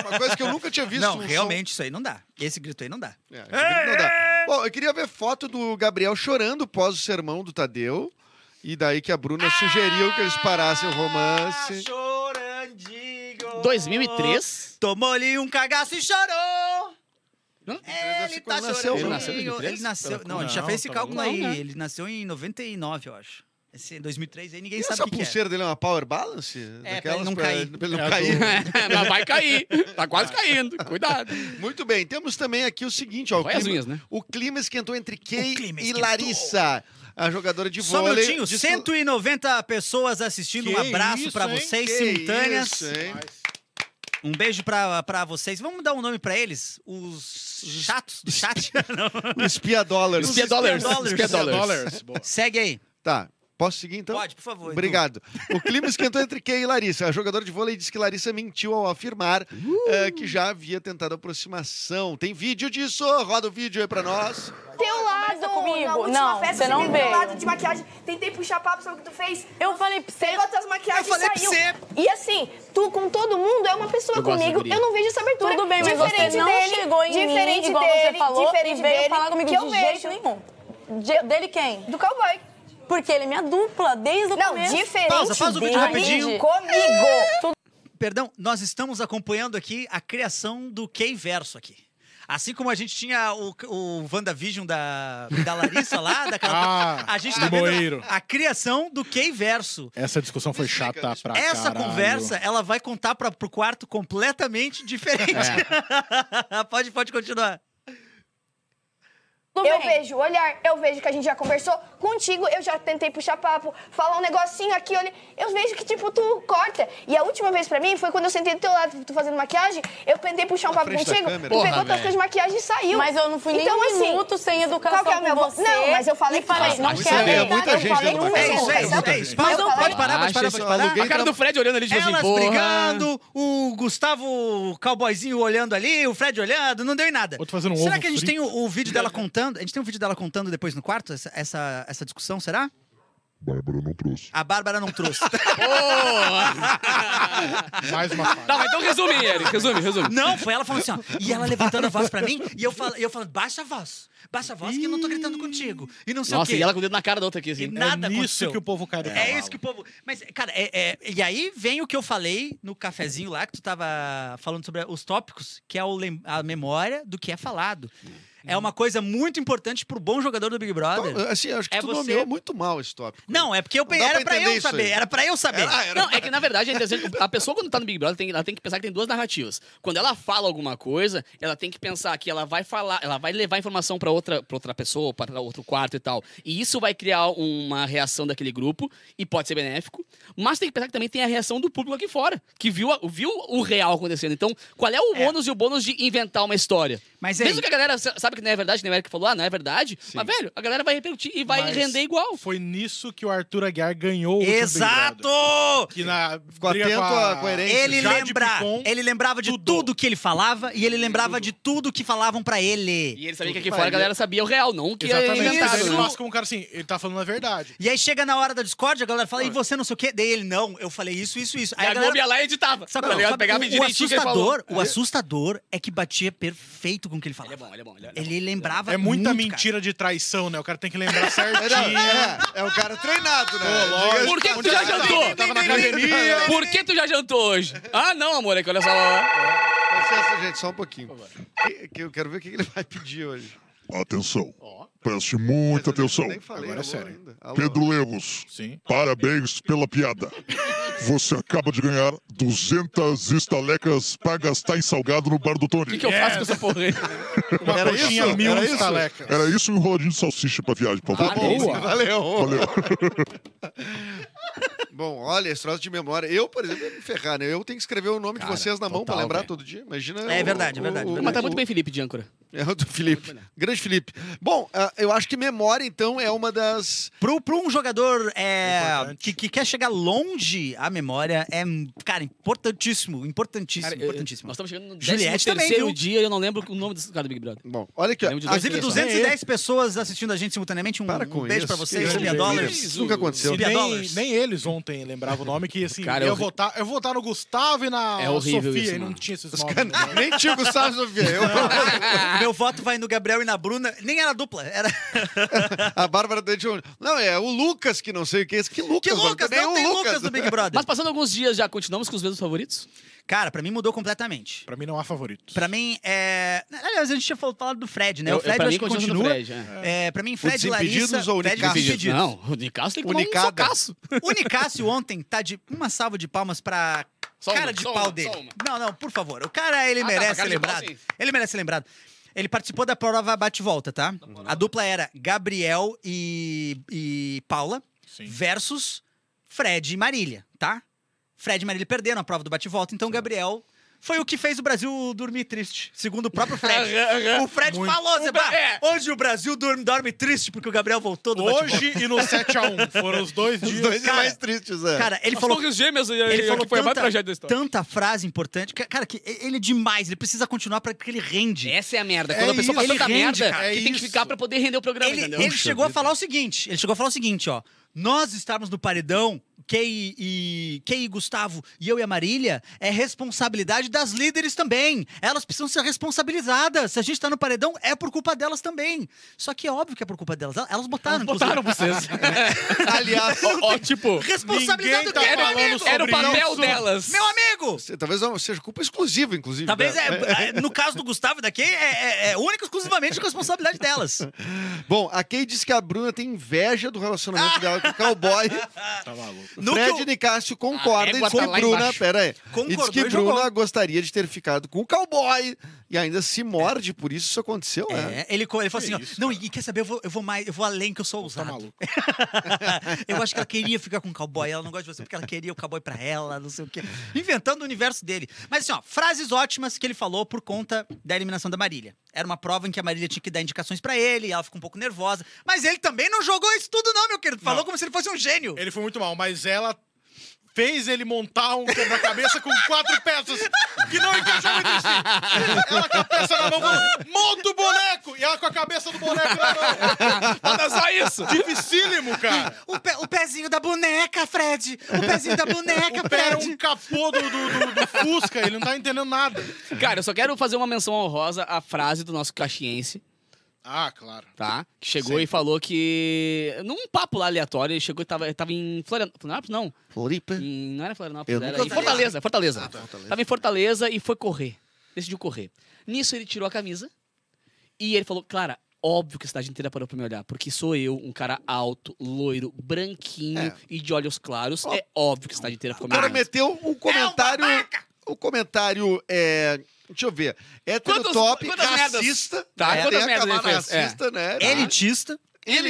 [SPEAKER 3] Uma coisa que eu nunca tinha visto.
[SPEAKER 4] Não,
[SPEAKER 3] um som-
[SPEAKER 4] realmente isso aí não dá. Esse grito aí não dá.
[SPEAKER 3] É, esse grito não dá. Bom, eu queria ver foto do Gabriel chorando pós o sermão do Tadeu. E daí que a Bruna sugeriu que eles parassem o romance.
[SPEAKER 4] Ah, Chorandigo.
[SPEAKER 2] 2003?
[SPEAKER 4] Tomou-lhe um cagaço e chorou.
[SPEAKER 2] Hã?
[SPEAKER 4] Ele tá
[SPEAKER 3] Nasceu,
[SPEAKER 4] chorando.
[SPEAKER 2] ele nasceu em 2003?
[SPEAKER 4] Ele nasceu- Não, a gente
[SPEAKER 5] Não,
[SPEAKER 4] já fez esse
[SPEAKER 5] tá
[SPEAKER 4] cálculo
[SPEAKER 2] louco.
[SPEAKER 4] aí.
[SPEAKER 2] Não, né?
[SPEAKER 4] Ele nasceu em 99, eu acho. Esse 2003 aí ninguém
[SPEAKER 3] E
[SPEAKER 4] sabe
[SPEAKER 3] essa
[SPEAKER 4] o que, que é.
[SPEAKER 3] pulseira dele é uma power balance?
[SPEAKER 4] pra
[SPEAKER 3] Daquelas
[SPEAKER 4] ele não cair.
[SPEAKER 3] pra ele não
[SPEAKER 5] É a do-
[SPEAKER 3] cair.
[SPEAKER 2] Mas vai cair. Tá quase caindo. Cuidado.
[SPEAKER 3] Muito bem, temos também aqui o seguinte, ó. O
[SPEAKER 2] Vai as
[SPEAKER 3] clima,
[SPEAKER 2] unhas, né?
[SPEAKER 3] o clima esquentou entre Kay e
[SPEAKER 4] clima esquentou.
[SPEAKER 3] Larissa, a jogadora de
[SPEAKER 4] Só um
[SPEAKER 3] vôlei.
[SPEAKER 4] minutinho,
[SPEAKER 3] Diz-
[SPEAKER 4] 190 pessoas assistindo. um
[SPEAKER 5] Que
[SPEAKER 4] abraço
[SPEAKER 5] isso,
[SPEAKER 4] pra
[SPEAKER 5] hein?
[SPEAKER 4] vocês,
[SPEAKER 3] Que
[SPEAKER 4] simultâneas.
[SPEAKER 3] isso, hein?
[SPEAKER 4] um beijo pra, pra vocês. Vamos dar um nome pra eles? Os chatos do chat? Não.
[SPEAKER 3] Espia dólares.
[SPEAKER 2] Espia dólares.
[SPEAKER 4] dólares.
[SPEAKER 2] Espia dólares.
[SPEAKER 5] Dólares. Boa.
[SPEAKER 4] Segue aí.
[SPEAKER 3] Tá, posso seguir então?
[SPEAKER 4] Pode, por favor. Edu.
[SPEAKER 3] Obrigado. O clima esquentou entre Kay e Larissa. A jogadora de vôlei disse que Larissa mentiu ao afirmar
[SPEAKER 4] Uh!
[SPEAKER 3] eh, que já havia tentado aproximação. Tem vídeo disso? Roda o vídeo aí pra nós.
[SPEAKER 7] teu lado
[SPEAKER 8] comigo.
[SPEAKER 7] Na última
[SPEAKER 8] Não,
[SPEAKER 7] festa,
[SPEAKER 8] você não
[SPEAKER 7] teve do
[SPEAKER 8] veio.
[SPEAKER 7] lado de maquiagem. Tentei puxar papo sobre o que tu fez.
[SPEAKER 8] Eu falei pra você.
[SPEAKER 7] Pegou as tuas maquiagens
[SPEAKER 4] Eu falei
[SPEAKER 7] e
[SPEAKER 4] pra
[SPEAKER 7] saiu. E assim, tu com todo mundo é uma pessoa
[SPEAKER 2] Eu gosto da
[SPEAKER 7] comigo.
[SPEAKER 2] guria.
[SPEAKER 7] Eu não vejo essa abertura.
[SPEAKER 8] Tudo bem, mas
[SPEAKER 7] diferente
[SPEAKER 8] você não
[SPEAKER 7] dele,
[SPEAKER 8] chegou em mim,
[SPEAKER 7] diferente
[SPEAKER 8] igual você
[SPEAKER 7] dele,
[SPEAKER 8] falou,
[SPEAKER 7] diferente
[SPEAKER 8] e veio
[SPEAKER 7] dele,
[SPEAKER 8] falar comigo
[SPEAKER 7] que eu
[SPEAKER 8] de jeito
[SPEAKER 7] vejo.
[SPEAKER 8] nenhum. De- dele quem?
[SPEAKER 7] Do cowboy.
[SPEAKER 8] Porque ele é minha dupla desde o
[SPEAKER 7] Não,
[SPEAKER 8] começo.
[SPEAKER 7] diferente
[SPEAKER 4] Pausa, pausa o vídeo
[SPEAKER 7] dele,
[SPEAKER 4] rapidinho.
[SPEAKER 7] Comigo.
[SPEAKER 4] Perdão, nós estamos acompanhando aqui a criação do K-Verso aqui. Assim como a gente tinha o, o WandaVision da, da Larissa lá, daquela,
[SPEAKER 5] Ah,
[SPEAKER 4] a gente tá
[SPEAKER 5] do
[SPEAKER 4] vendo
[SPEAKER 5] Moeiro.
[SPEAKER 4] a criação do K-Verso.
[SPEAKER 5] Essa discussão foi
[SPEAKER 3] é
[SPEAKER 5] chata pra
[SPEAKER 4] Essa
[SPEAKER 5] caralho.
[SPEAKER 4] conversa, ela vai contar para pro quarto completamente diferente.
[SPEAKER 5] É.
[SPEAKER 4] pode, pode continuar.
[SPEAKER 8] Tudo
[SPEAKER 7] Eu
[SPEAKER 8] bem.
[SPEAKER 7] vejo o olhar, eu vejo que a gente já conversou contigo, eu já tentei puxar papo, falar um negocinho aqui, olha. Eu vejo que, tipo, tu corta. E a última vez pra mim foi quando eu sentei do teu lado, tu fazendo maquiagem, eu tentei puxar um papo
[SPEAKER 3] frente da
[SPEAKER 7] contigo, tu
[SPEAKER 3] câmera.
[SPEAKER 7] pegou
[SPEAKER 2] Porra,
[SPEAKER 7] todas as
[SPEAKER 2] velho.
[SPEAKER 7] tuas maquiagens e saiu.
[SPEAKER 8] Mas eu não fui
[SPEAKER 7] então,
[SPEAKER 8] nem um
[SPEAKER 7] assim,
[SPEAKER 8] minuto sem educação
[SPEAKER 7] qual que é o meu
[SPEAKER 8] com
[SPEAKER 7] vo-
[SPEAKER 8] você.
[SPEAKER 7] Não, mas eu falei
[SPEAKER 8] e
[SPEAKER 7] que
[SPEAKER 8] falei,
[SPEAKER 7] tu
[SPEAKER 8] não
[SPEAKER 7] faz.
[SPEAKER 8] quero
[SPEAKER 3] Muita
[SPEAKER 8] nada,
[SPEAKER 3] gente
[SPEAKER 7] eu falei
[SPEAKER 3] dentro da
[SPEAKER 7] um
[SPEAKER 3] casa.
[SPEAKER 4] É isso, é isso, é isso. Pausa,
[SPEAKER 7] Mas eu
[SPEAKER 4] pode parar, pode parar,
[SPEAKER 2] Acho
[SPEAKER 4] pode
[SPEAKER 2] isso-
[SPEAKER 4] parar.
[SPEAKER 2] A cara do Fred olhando ali, tipo assim,
[SPEAKER 4] Elas
[SPEAKER 2] porra.
[SPEAKER 4] brigando, o Gustavo cowboyzinho olhando ali, o Fred olhando, não deu em nada.
[SPEAKER 5] Outro fazendo um
[SPEAKER 4] será
[SPEAKER 5] ovo
[SPEAKER 4] que a gente
[SPEAKER 5] frito.
[SPEAKER 4] tem o, o vídeo dela contando? A gente tem um vídeo dela contando depois no quarto, essa, essa, essa discussão, será?
[SPEAKER 1] Bárbara não trouxe.
[SPEAKER 4] A Bárbara não trouxe.
[SPEAKER 5] Mais uma fase.
[SPEAKER 2] Não, mas então resume, aí, Eric. Resume, resume.
[SPEAKER 4] não, foi ela falando assim, ó. E ela levantando a voz pra mim, e eu falo, e eu falando, baixa a voz. Baixa a voz que eu não tô gritando contigo. E não sei o
[SPEAKER 2] Nossa,
[SPEAKER 4] quê.
[SPEAKER 2] e ela com o dedo na cara da outra aqui,
[SPEAKER 4] E
[SPEAKER 2] assim.
[SPEAKER 4] nada
[SPEAKER 5] é nisso
[SPEAKER 4] aconteceu.
[SPEAKER 5] que o povo cai do
[SPEAKER 4] É
[SPEAKER 5] cavalo.
[SPEAKER 4] isso que o povo. Mas, cara, é, é- e aí vem o que eu falei no cafezinho lá, que tu tava falando sobre os tópicos, que é o lem- a memória do que é falado. É uma coisa muito importante pro bom jogador do Big Brother.
[SPEAKER 3] Então, assim, acho que
[SPEAKER 4] É
[SPEAKER 3] tu
[SPEAKER 4] você-
[SPEAKER 3] nomeou muito mal esse tópico.
[SPEAKER 4] não, é porque eu
[SPEAKER 3] Não
[SPEAKER 4] pe...
[SPEAKER 3] dá
[SPEAKER 4] era
[SPEAKER 3] pra
[SPEAKER 4] pra
[SPEAKER 3] entender
[SPEAKER 4] eu
[SPEAKER 3] isso
[SPEAKER 4] saber,
[SPEAKER 3] aí.
[SPEAKER 4] era pra eu saber.
[SPEAKER 3] Era- era-
[SPEAKER 2] Não, é que na verdade é interessante. A pessoa, quando tá no Big Brother, tem, ela tem que pensar que tem duas narrativas. Quando ela fala alguma coisa, ela tem que pensar que ela vai falar, ela vai levar informação pra outra, pra outra pessoa, para outro quarto e tal. E isso vai criar uma reação daquele grupo e pode ser benéfico. Mas tem que pensar que também tem a reação do público aqui fora, que viu, a- viu o real acontecendo. Então, qual é o ônus e o bônus de inventar uma história?
[SPEAKER 4] Mas aí-
[SPEAKER 2] Mesmo que a galera sa- sabe que não é verdade, nem o Eric falou, ah, não é verdade. Mas, velho, a galera vai repetir e vai
[SPEAKER 5] Mas
[SPEAKER 2] render igual.
[SPEAKER 5] Foi nisso que o Arthur Aguiar ganhou o último Big
[SPEAKER 4] Exato!
[SPEAKER 5] Brother. Que na
[SPEAKER 3] Ficou
[SPEAKER 5] briga
[SPEAKER 3] atento
[SPEAKER 5] com a-
[SPEAKER 3] à coerência.
[SPEAKER 4] Ele,
[SPEAKER 5] Jade
[SPEAKER 4] lembra,
[SPEAKER 5] Picon,
[SPEAKER 4] ele lembrava de
[SPEAKER 5] tudo.
[SPEAKER 4] tudo que ele falava e ele lembrava de tudo que falavam pra ele.
[SPEAKER 2] E ele sabia que aqui
[SPEAKER 3] Tudo
[SPEAKER 2] fora a
[SPEAKER 3] faria.
[SPEAKER 2] galera sabia o real, não o
[SPEAKER 3] tá
[SPEAKER 2] que é
[SPEAKER 5] Exatamente.
[SPEAKER 2] inventado.
[SPEAKER 5] Ele
[SPEAKER 2] né?
[SPEAKER 5] mostra como um cara assim, ele tá falando a verdade.
[SPEAKER 4] E aí chega na hora da Discord, a galera fala, e você não sei o quê? Daí ele, não, eu falei isso, isso, isso. Aí
[SPEAKER 2] E
[SPEAKER 4] a
[SPEAKER 2] a
[SPEAKER 4] galera...
[SPEAKER 2] Globo ia lá e editava.
[SPEAKER 4] Sabe,
[SPEAKER 2] tá ligado?
[SPEAKER 4] sabe,
[SPEAKER 2] Pegava
[SPEAKER 4] o- o,
[SPEAKER 2] direitinho o que ele falou.
[SPEAKER 4] assustador, o assustador é que batia perfeito com o que ele falava.
[SPEAKER 2] Ele é bom, ele é bom. Ele é bom.
[SPEAKER 4] Ele lembrava
[SPEAKER 5] É muita
[SPEAKER 4] muito, cara.
[SPEAKER 5] mentira de traição, né? O cara tem que lembrar
[SPEAKER 3] É, não,
[SPEAKER 5] certinho.
[SPEAKER 3] é, é um cara treinado, né?
[SPEAKER 5] lógico.
[SPEAKER 2] Por que, que tu já
[SPEAKER 5] Tava-
[SPEAKER 2] jantou?
[SPEAKER 5] Tava na academia.
[SPEAKER 2] Por que tu já jantou hoje? Ah, não, amor, é que olha só.
[SPEAKER 3] Com licença, gente, só um pouquinho. Que- que eu quero ver o que ele vai pedir hoje.
[SPEAKER 1] Atenção. Preste muita atenção.
[SPEAKER 3] Nem falei,
[SPEAKER 5] Agora é
[SPEAKER 3] alô
[SPEAKER 5] sério.
[SPEAKER 3] ainda. Tá Alô.
[SPEAKER 1] Pedro Lemos,
[SPEAKER 5] Sim.
[SPEAKER 1] parabéns pela piada. Você acaba de ganhar 200 estalecas pra gastar em salgado no bar do
[SPEAKER 2] O que,
[SPEAKER 1] Tony.
[SPEAKER 2] que eu
[SPEAKER 4] É.
[SPEAKER 2] faço com essa porra aí?
[SPEAKER 5] Uma
[SPEAKER 3] Era
[SPEAKER 5] coxinha
[SPEAKER 3] isso?
[SPEAKER 5] mil
[SPEAKER 3] Era
[SPEAKER 5] de
[SPEAKER 3] isso?
[SPEAKER 5] estaleca.
[SPEAKER 1] Era isso e um enroladinho de salsicha pra viagem, por
[SPEAKER 2] Tá
[SPEAKER 1] favor.
[SPEAKER 5] Boa.
[SPEAKER 3] Valeu.
[SPEAKER 1] Valeu.
[SPEAKER 3] Bom, olha, esse troço de memória. Eu, por exemplo, ia me ferrar, né? Eu tenho que escrever o nome de vocês na mão pra
[SPEAKER 2] total,
[SPEAKER 3] lembrar
[SPEAKER 2] velho.
[SPEAKER 3] todo dia. Imagina.
[SPEAKER 4] É
[SPEAKER 3] o- o-
[SPEAKER 4] verdade, é verdade,
[SPEAKER 3] o-
[SPEAKER 4] verdade.
[SPEAKER 2] Mas tá
[SPEAKER 3] o-
[SPEAKER 2] muito bem, Tá Felipe de âncora.
[SPEAKER 3] É o do Felipe. Grande Felipe. Bom, ah, eu acho que memória, então, é uma das.
[SPEAKER 4] Pro, pro um jogador é,
[SPEAKER 5] Importante.
[SPEAKER 4] que, que quer chegar longe, a memória é, cara, importantíssimo, importantíssimo,
[SPEAKER 2] Cara, eu-
[SPEAKER 4] importantíssimo.
[SPEAKER 2] nós estamos chegando no
[SPEAKER 4] Juliette
[SPEAKER 2] 13
[SPEAKER 4] também,
[SPEAKER 2] terceiro
[SPEAKER 4] viu?
[SPEAKER 2] dia e eu não lembro o nome desse cara do Big Brother.
[SPEAKER 3] Bom, olha aqui, ó.
[SPEAKER 2] Lembro de dois
[SPEAKER 4] Inclusive,
[SPEAKER 2] Aqui, né?
[SPEAKER 4] 210 pessoas assistindo a gente simultaneamente. Um,
[SPEAKER 3] Para
[SPEAKER 4] um
[SPEAKER 3] com
[SPEAKER 4] beijo
[SPEAKER 3] isso.
[SPEAKER 4] pra vocês,
[SPEAKER 5] Que
[SPEAKER 4] Pia
[SPEAKER 5] grande
[SPEAKER 4] Dollars.
[SPEAKER 5] beijo.
[SPEAKER 3] Isso nunca aconteceu.
[SPEAKER 4] Espia
[SPEAKER 5] Nem,
[SPEAKER 4] Dollars.
[SPEAKER 5] nem eles ontem lembravam o nome que assim,
[SPEAKER 2] Cara, é
[SPEAKER 5] eu,
[SPEAKER 2] horri-
[SPEAKER 5] votar, eu votar no Gustavo e na
[SPEAKER 2] É horrível
[SPEAKER 5] Sofia
[SPEAKER 2] isso,
[SPEAKER 5] e não
[SPEAKER 2] mano.
[SPEAKER 5] tinha esses nomes. né?
[SPEAKER 3] Nem tinha o Gustavo Sofia. Eu,
[SPEAKER 4] Meu voto vai no Gabriel e na Bruna. Nem era dupla, era.
[SPEAKER 3] a Bárbara Dante. Não, é o Lucas que não sei o que é esse. Que Lucas,
[SPEAKER 4] Que
[SPEAKER 3] mano?
[SPEAKER 4] Lucas,
[SPEAKER 3] Também
[SPEAKER 4] não
[SPEAKER 3] é o
[SPEAKER 4] tem Lucas do Big Brother.
[SPEAKER 2] Mas passando alguns dias já, continuamos com os mesmos favoritos?
[SPEAKER 4] Cara, pra mim mudou completamente.
[SPEAKER 5] Pra mim não há favorito.
[SPEAKER 4] Pra mim, é. Aliás, a gente tinha falado do Fred, né? o Fred
[SPEAKER 2] pra
[SPEAKER 4] eu
[SPEAKER 2] mim,
[SPEAKER 4] acho que
[SPEAKER 2] continua
[SPEAKER 4] continua.
[SPEAKER 2] no Fred, é.
[SPEAKER 4] É, pra mim, Fred
[SPEAKER 3] Desimpedidos
[SPEAKER 4] Larissa,
[SPEAKER 3] ou
[SPEAKER 4] Fred
[SPEAKER 3] Unicasso?
[SPEAKER 4] Desimpedidos.
[SPEAKER 2] Não, o Nicasso tem que tomar um
[SPEAKER 3] Unicada.
[SPEAKER 2] socaço.
[SPEAKER 4] O Nicásio ontem tá de uma salva de palmas pra
[SPEAKER 2] Só uma,
[SPEAKER 4] cara de
[SPEAKER 2] só
[SPEAKER 4] pau
[SPEAKER 2] uma,
[SPEAKER 4] dele.
[SPEAKER 2] só uma.
[SPEAKER 4] Não, não, por favor. O cara, ele
[SPEAKER 2] Ah, tá, pra
[SPEAKER 4] merece ser
[SPEAKER 2] cara de pau,
[SPEAKER 4] lembrado.
[SPEAKER 2] sim.
[SPEAKER 4] ele merece ser lembrado. Ele participou da prova bate-volta, tá? A dupla era Gabriel e, e Paula
[SPEAKER 5] Sim.
[SPEAKER 4] versus Fred e Marília, tá? Fred e Marília perderam a prova do bate-volta, então Gabriel foi o que fez o Brasil dormir triste, segundo o próprio Fred. o Fred
[SPEAKER 5] Muito.
[SPEAKER 4] falou, Zé,
[SPEAKER 2] O Bra-
[SPEAKER 4] "Bah,
[SPEAKER 2] é.
[SPEAKER 4] hoje o Brasil dorme, dorme triste porque o Gabriel voltou do bate-volta.
[SPEAKER 5] Hoje e no 7x1. Foram os dois dias.
[SPEAKER 3] Os dois
[SPEAKER 4] Cara,
[SPEAKER 3] é mais tristes, é.
[SPEAKER 4] Cara, ele
[SPEAKER 2] As
[SPEAKER 4] falou
[SPEAKER 2] Torres Gêmeas e, e,
[SPEAKER 4] ele
[SPEAKER 2] e
[SPEAKER 4] falou
[SPEAKER 2] que foi a mais
[SPEAKER 4] tanta-
[SPEAKER 2] tragédia da história.
[SPEAKER 4] Tanta frase importante. que- Cara, que ele é demais. Ele precisa continuar pra que ele rende.
[SPEAKER 2] Essa é a merda.
[SPEAKER 5] É
[SPEAKER 2] Quando a
[SPEAKER 5] isso.
[SPEAKER 2] pessoa faz
[SPEAKER 4] Ele
[SPEAKER 2] tanta
[SPEAKER 4] rende,
[SPEAKER 2] merda,
[SPEAKER 5] cara,
[SPEAKER 2] que
[SPEAKER 5] é
[SPEAKER 2] tem que
[SPEAKER 5] isso.
[SPEAKER 2] ficar pra poder render o programa,
[SPEAKER 4] ele
[SPEAKER 2] entendeu?
[SPEAKER 4] ele chegou a falar o seguinte. Ele chegou a falar o seguinte, ó. Nós estarmos no paredão, Kay e, Kay e Gustavo e eu e a Marília, é responsabilidade das líderes também. Elas precisam ser responsabilizadas. Se a gente tá no paredão, é por culpa delas também. Só que é óbvio que é por culpa delas. Elas botaram,
[SPEAKER 2] Botaram vocês.
[SPEAKER 3] aliás,
[SPEAKER 2] Ó, ó, tipo,
[SPEAKER 4] inclusive. Responsabilidade do
[SPEAKER 5] Ninguém tá
[SPEAKER 4] Kay, meu
[SPEAKER 5] falando
[SPEAKER 4] amigo!
[SPEAKER 5] sobre
[SPEAKER 2] era o papel
[SPEAKER 5] isso.
[SPEAKER 2] delas.
[SPEAKER 4] Meu amigo!
[SPEAKER 3] se- talvez não seja culpa exclusiva, inclusive. né?
[SPEAKER 4] Talvez
[SPEAKER 3] dela.
[SPEAKER 4] é, é, no caso do Gustavo e da Kay, é, é, é única e exclusivamente responsabilidade delas.
[SPEAKER 3] Bom, a Kay disse que a Bruna tem inveja do relacionamento dela com o cowboy.
[SPEAKER 5] Tá maluco.
[SPEAKER 4] Ah! No que
[SPEAKER 3] Fred
[SPEAKER 4] eu-
[SPEAKER 3] Nicásio concorda
[SPEAKER 2] A
[SPEAKER 3] e
[SPEAKER 2] régua
[SPEAKER 3] diz que
[SPEAKER 2] tá lá
[SPEAKER 3] Bruna.
[SPEAKER 2] embaixo.
[SPEAKER 3] Pera aí. E diz
[SPEAKER 4] Concordou
[SPEAKER 3] que
[SPEAKER 4] e jogou.
[SPEAKER 3] Bruna gostaria de ter ficado com o cowboy e ainda se morde por isso. Isso aconteceu, é?
[SPEAKER 4] É, ele, co- ele falou
[SPEAKER 5] Que
[SPEAKER 4] assim,
[SPEAKER 5] isso,
[SPEAKER 4] ó, não, e quer saber, eu vou, eu vou mais, eu vou além que eu sou
[SPEAKER 5] Tá
[SPEAKER 4] ousado.
[SPEAKER 5] maluco.
[SPEAKER 4] eu acho que ela queria ficar com o cowboy, ela não gosta de você porque ela queria o cowboy pra ela, não sei o quê. Inventando o universo dele. Mas assim, ó, frases ótimas que ele falou por conta da eliminação da Marília. Era uma prova em que a Marília tinha que dar indicações pra ele, e ela ficou um pouco nervosa. Mas ele também não jogou isso tudo não, meu querido. Falou
[SPEAKER 5] Não.
[SPEAKER 4] como se ele fosse um gênio.
[SPEAKER 5] Ele foi muito mal, mas ela fez ele montar um quebra-cabeça com quatro peças que não encaixavam entre si. Ela com a peça na mão falou, monta o boneco! E ela com a cabeça do boneco na mão.
[SPEAKER 2] Olha só isso.
[SPEAKER 5] Dificílimo, cara.
[SPEAKER 4] O, pe- o pezinho da boneca, Fred! O pezinho da boneca,
[SPEAKER 5] O pé era
[SPEAKER 4] Fred!
[SPEAKER 5] um capô do, do, do- do Fusca, ele não tá entendendo nada.
[SPEAKER 2] Cara, eu só quero fazer uma menção honrosa à frase do nosso caxiense,
[SPEAKER 5] Ah, claro.
[SPEAKER 2] tá? Que chegou
[SPEAKER 5] Sempre.
[SPEAKER 2] e falou que... Num papo lá aleatório, ele chegou e tava, tava em Florian- Florianópolis, não.
[SPEAKER 3] Floripa.
[SPEAKER 2] Em- não era Florianópolis,
[SPEAKER 3] Eu
[SPEAKER 2] era
[SPEAKER 3] nunca
[SPEAKER 2] em
[SPEAKER 3] fui.
[SPEAKER 2] Fortaleza, Fortaleza. Tava em Fortaleza e foi correr. Decidiu correr. Nisso ele tirou a camisa e ele falou, Clara, óbvio que a cidade inteira parou pra me olhar, porque sou eu, um cara alto, loiro, branquinho e de olhos claros. É óbvio que a cidade inteira ficou
[SPEAKER 3] O
[SPEAKER 2] me
[SPEAKER 3] cara
[SPEAKER 2] olhando.
[SPEAKER 3] meteu um comentário. O comentário é. Deixa eu ver. É
[SPEAKER 2] Quantas-
[SPEAKER 3] top,
[SPEAKER 2] quantas merdas?
[SPEAKER 3] racista.
[SPEAKER 2] Tá,
[SPEAKER 3] né?
[SPEAKER 2] quantas
[SPEAKER 3] Tem a
[SPEAKER 2] merdas ele
[SPEAKER 3] camada
[SPEAKER 2] fez? É.
[SPEAKER 3] racista, né?
[SPEAKER 4] Elitista.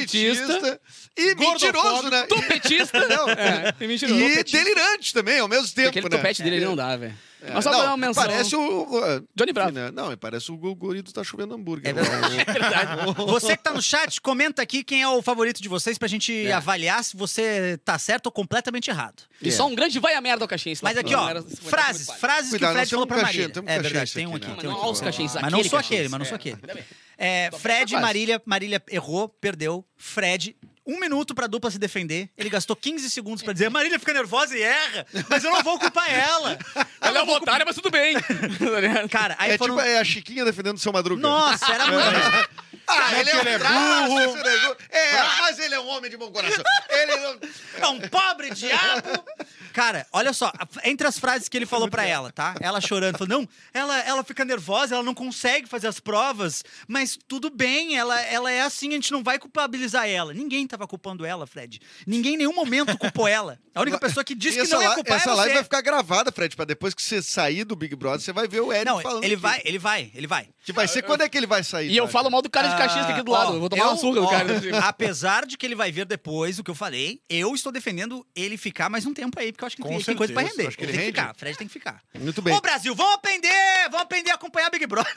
[SPEAKER 3] Elitista. E mentiroso,
[SPEAKER 5] Gordofóbico.
[SPEAKER 3] né?
[SPEAKER 2] Tupetista.
[SPEAKER 3] Não.
[SPEAKER 2] É, e mentiroso.
[SPEAKER 3] E
[SPEAKER 2] Tupetista.
[SPEAKER 3] delirante também, ao mesmo tempo,
[SPEAKER 2] Aquele
[SPEAKER 3] né? É,
[SPEAKER 2] topete dele não dá, velho.
[SPEAKER 4] É.
[SPEAKER 2] Mas só
[SPEAKER 3] não,
[SPEAKER 2] pra dar uma menção.
[SPEAKER 3] Parece o. o-
[SPEAKER 2] Johnny Bravo.
[SPEAKER 3] Enfim, né? Não, parece o guri do Tá Chovendo Hambúrguer. né?
[SPEAKER 4] É verdade. Você que tá no chat, comenta aqui quem é o favorito de vocês pra gente
[SPEAKER 2] É.
[SPEAKER 4] avaliar se você tá certo ou completamente errado.
[SPEAKER 2] E só um grande vai a merda ao caixinha.
[SPEAKER 4] É. Mas aqui, ó,
[SPEAKER 2] é
[SPEAKER 4] frases, frases que o
[SPEAKER 3] Cuidado, nós
[SPEAKER 4] Fred falou
[SPEAKER 3] somos
[SPEAKER 4] pra
[SPEAKER 3] caixinha,
[SPEAKER 4] Marília.
[SPEAKER 3] temos
[SPEAKER 4] É
[SPEAKER 3] caixinha
[SPEAKER 4] verdade,
[SPEAKER 3] aqui,
[SPEAKER 4] tem um
[SPEAKER 3] né?
[SPEAKER 4] aqui,
[SPEAKER 2] Mas
[SPEAKER 4] tem um
[SPEAKER 2] não
[SPEAKER 4] aqui.
[SPEAKER 2] olha os caixinhos,
[SPEAKER 4] Mas não
[SPEAKER 2] aquele
[SPEAKER 4] sou
[SPEAKER 2] caixinha.
[SPEAKER 4] aquele, mas não sou
[SPEAKER 2] É,
[SPEAKER 4] aquele.
[SPEAKER 2] ainda bem.
[SPEAKER 4] É,
[SPEAKER 3] Então,
[SPEAKER 2] Só
[SPEAKER 4] Fred,
[SPEAKER 2] faz.
[SPEAKER 4] Marília, Marília errou, perdeu. Fred, um minuto pra dupla se defender. Ele gastou 15 segundos pra dizer: Marília fica nervosa e erra, mas eu não vou culpar ela. um
[SPEAKER 2] Ela é uma otária, mas tudo bem. Tá ligado?
[SPEAKER 4] Cara, aí
[SPEAKER 3] é
[SPEAKER 4] foram.
[SPEAKER 3] tipo é a Chiquinha defendendo o seu Madruga.
[SPEAKER 4] Nossa, era muito.
[SPEAKER 3] Ah, ele é, um traço, esse negócio. É, mas ele é um homem de bom coração. ele não...
[SPEAKER 4] É um pobre diabo! Cara, olha só, a- entre as frases que ele falou pra ela, tá? Ela chorando, falou: não, ela, ela fica nervosa, ela não consegue fazer as provas, mas tudo bem, ela, ela é assim, a gente não vai culpabilizar ela. Ninguém tava culpando ela, Fred. Ninguém em nenhum momento culpou ela. A única pessoa que disse que
[SPEAKER 3] essa
[SPEAKER 4] não ia
[SPEAKER 3] li-
[SPEAKER 4] culpar
[SPEAKER 3] Essa
[SPEAKER 4] é
[SPEAKER 3] live
[SPEAKER 4] você.
[SPEAKER 3] vai ficar gravada, Fred, pra depois que você sair do Big Brother, você vai ver o Eric
[SPEAKER 4] Não,
[SPEAKER 3] falando.
[SPEAKER 4] ele
[SPEAKER 3] que-
[SPEAKER 4] vai, ele vai, ele vai.
[SPEAKER 3] Que vai ser. Quando é que ele vai sair?
[SPEAKER 2] E Ah, eu
[SPEAKER 3] Tati?
[SPEAKER 2] falo mal do cara de caixinha que tá aqui do
[SPEAKER 4] Ah,
[SPEAKER 2] lado.
[SPEAKER 4] ó,
[SPEAKER 2] eu vou tomar
[SPEAKER 4] eu-
[SPEAKER 2] uma surra do
[SPEAKER 4] ó,
[SPEAKER 2] cara. tipo,
[SPEAKER 4] Apesar de que ele vai ver depois o que eu falei, eu estou defendendo ele ficar mais um tempo aí, porque eu acho que
[SPEAKER 5] Com
[SPEAKER 4] tem, tem coisa pra
[SPEAKER 5] certeza,
[SPEAKER 4] render.
[SPEAKER 5] acho que ele
[SPEAKER 4] tem que
[SPEAKER 5] rende.
[SPEAKER 4] ficar, Fred tem que ficar.
[SPEAKER 3] Muito bem.
[SPEAKER 4] Ô, Brasil, vamos aprender! Vamos aprender a acompanhar Big Brother.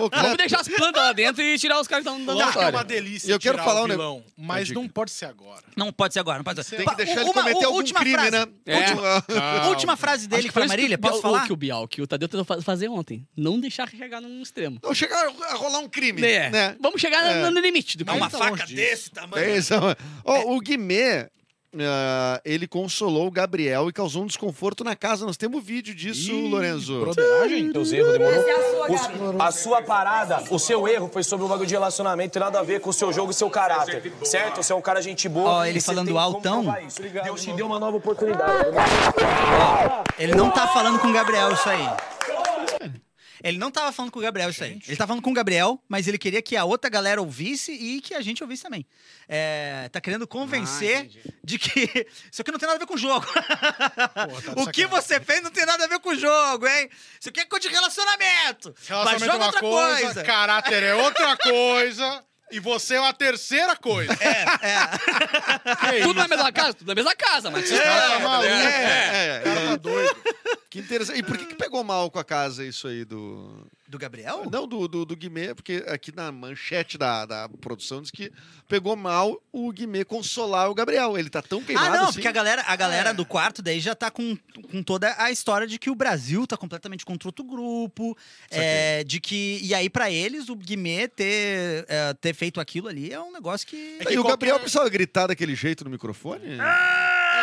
[SPEAKER 3] Ô, Cleto,
[SPEAKER 2] Vamos deixar as plantas lá dentro e tirar os caras que estão
[SPEAKER 4] Tá.
[SPEAKER 2] dando
[SPEAKER 5] Claro que é uma
[SPEAKER 2] vitória.
[SPEAKER 5] delícia
[SPEAKER 3] Eu quero
[SPEAKER 5] tirar
[SPEAKER 3] falar
[SPEAKER 5] o
[SPEAKER 3] um ne-
[SPEAKER 5] vilão, mas
[SPEAKER 3] diga.
[SPEAKER 5] não pode ser agora.
[SPEAKER 4] Não pode ser agora, não pode ser.
[SPEAKER 3] Tem
[SPEAKER 4] Pa-
[SPEAKER 3] que deixar ele
[SPEAKER 4] uma-
[SPEAKER 3] cometer
[SPEAKER 4] u-
[SPEAKER 3] algum
[SPEAKER 4] última
[SPEAKER 3] crime,
[SPEAKER 4] frase.
[SPEAKER 3] né?
[SPEAKER 2] É.
[SPEAKER 3] Última-
[SPEAKER 4] Última frase
[SPEAKER 2] Acho
[SPEAKER 4] dele
[SPEAKER 2] que foi
[SPEAKER 4] pra
[SPEAKER 2] isso que
[SPEAKER 4] Marília,
[SPEAKER 2] o Bial-
[SPEAKER 4] posso falar?
[SPEAKER 2] Que o Bial, que o Tadeu tentou fa- fazer ontem. Não deixar chegar num extremo.
[SPEAKER 3] Não chega a rolar um crime,
[SPEAKER 2] É.
[SPEAKER 3] né?
[SPEAKER 2] Vamos chegar
[SPEAKER 3] É.
[SPEAKER 2] no no limite do Então,
[SPEAKER 4] É uma
[SPEAKER 2] crime.
[SPEAKER 5] tá
[SPEAKER 4] faca
[SPEAKER 5] longe disso.
[SPEAKER 4] desse tamanho.
[SPEAKER 3] É isso. Ó, o Guimê, ah, ele consolou o Gabriel e causou um desconforto na casa. Nós temos vídeo disso, Lorenzo.
[SPEAKER 5] Broderagem?
[SPEAKER 9] Teus erros, demorou?
[SPEAKER 8] Essa é a sua,
[SPEAKER 9] Os-
[SPEAKER 8] Gabi.
[SPEAKER 9] a sua parada, o seu erro foi sobre um bagulho de relacionamento, tem nada a ver com o seu jogo e seu caráter, certo? Você é um cara gente boa.
[SPEAKER 4] Ó, ele
[SPEAKER 9] e você
[SPEAKER 4] falando
[SPEAKER 9] tem como
[SPEAKER 4] altão.
[SPEAKER 9] provar isso. Deus te deu uma nova oportunidade. né,
[SPEAKER 4] Ele não tá falando com o Gabriel isso aí. Ele não tava falando com o Gabriel isso aí. Ele tá falando com o Gabriel, mas ele queria que a outra galera ouvisse e que a gente ouvisse também. É, tá querendo
[SPEAKER 9] Ah,
[SPEAKER 4] convencer de que isso aqui não tem nada a ver com o jogo.
[SPEAKER 9] tá
[SPEAKER 4] o que você fez não tem nada a ver com o jogo, hein? Isso aqui é coisa de relacionamento. Mas
[SPEAKER 5] Relacionamento é
[SPEAKER 4] joga
[SPEAKER 5] uma
[SPEAKER 4] outra
[SPEAKER 5] coisa,
[SPEAKER 4] coisa.
[SPEAKER 5] caráter é outra coisa, e você é uma terceira coisa. É, é.
[SPEAKER 2] Tudo na mesma casa? Tudo na mesma casa, mas...
[SPEAKER 5] Tá maluco.
[SPEAKER 2] né?
[SPEAKER 3] É, é,
[SPEAKER 5] Cara, tá doido.
[SPEAKER 3] Que interessante. E por que, que pegou mal com a casa isso aí do.
[SPEAKER 4] Do Gabriel?
[SPEAKER 3] Não, do, do, do Guimê, porque aqui na manchete da, da produção diz que pegou mal o Guimê consolar o Gabriel. Ele tá tão
[SPEAKER 4] Ah,
[SPEAKER 3] queimado
[SPEAKER 4] não,
[SPEAKER 3] assim.
[SPEAKER 4] porque a galera, a galera do quarto daí já tá com, com toda a história de que o Brasil tá completamente contra outro grupo. é, de que. E aí, pra eles, o Guimê ter, é, ter feito aquilo ali é um negócio que. Ah,
[SPEAKER 5] É que
[SPEAKER 3] E o
[SPEAKER 5] qualquer-
[SPEAKER 3] Gabriel precisava gritar daquele jeito no microfone?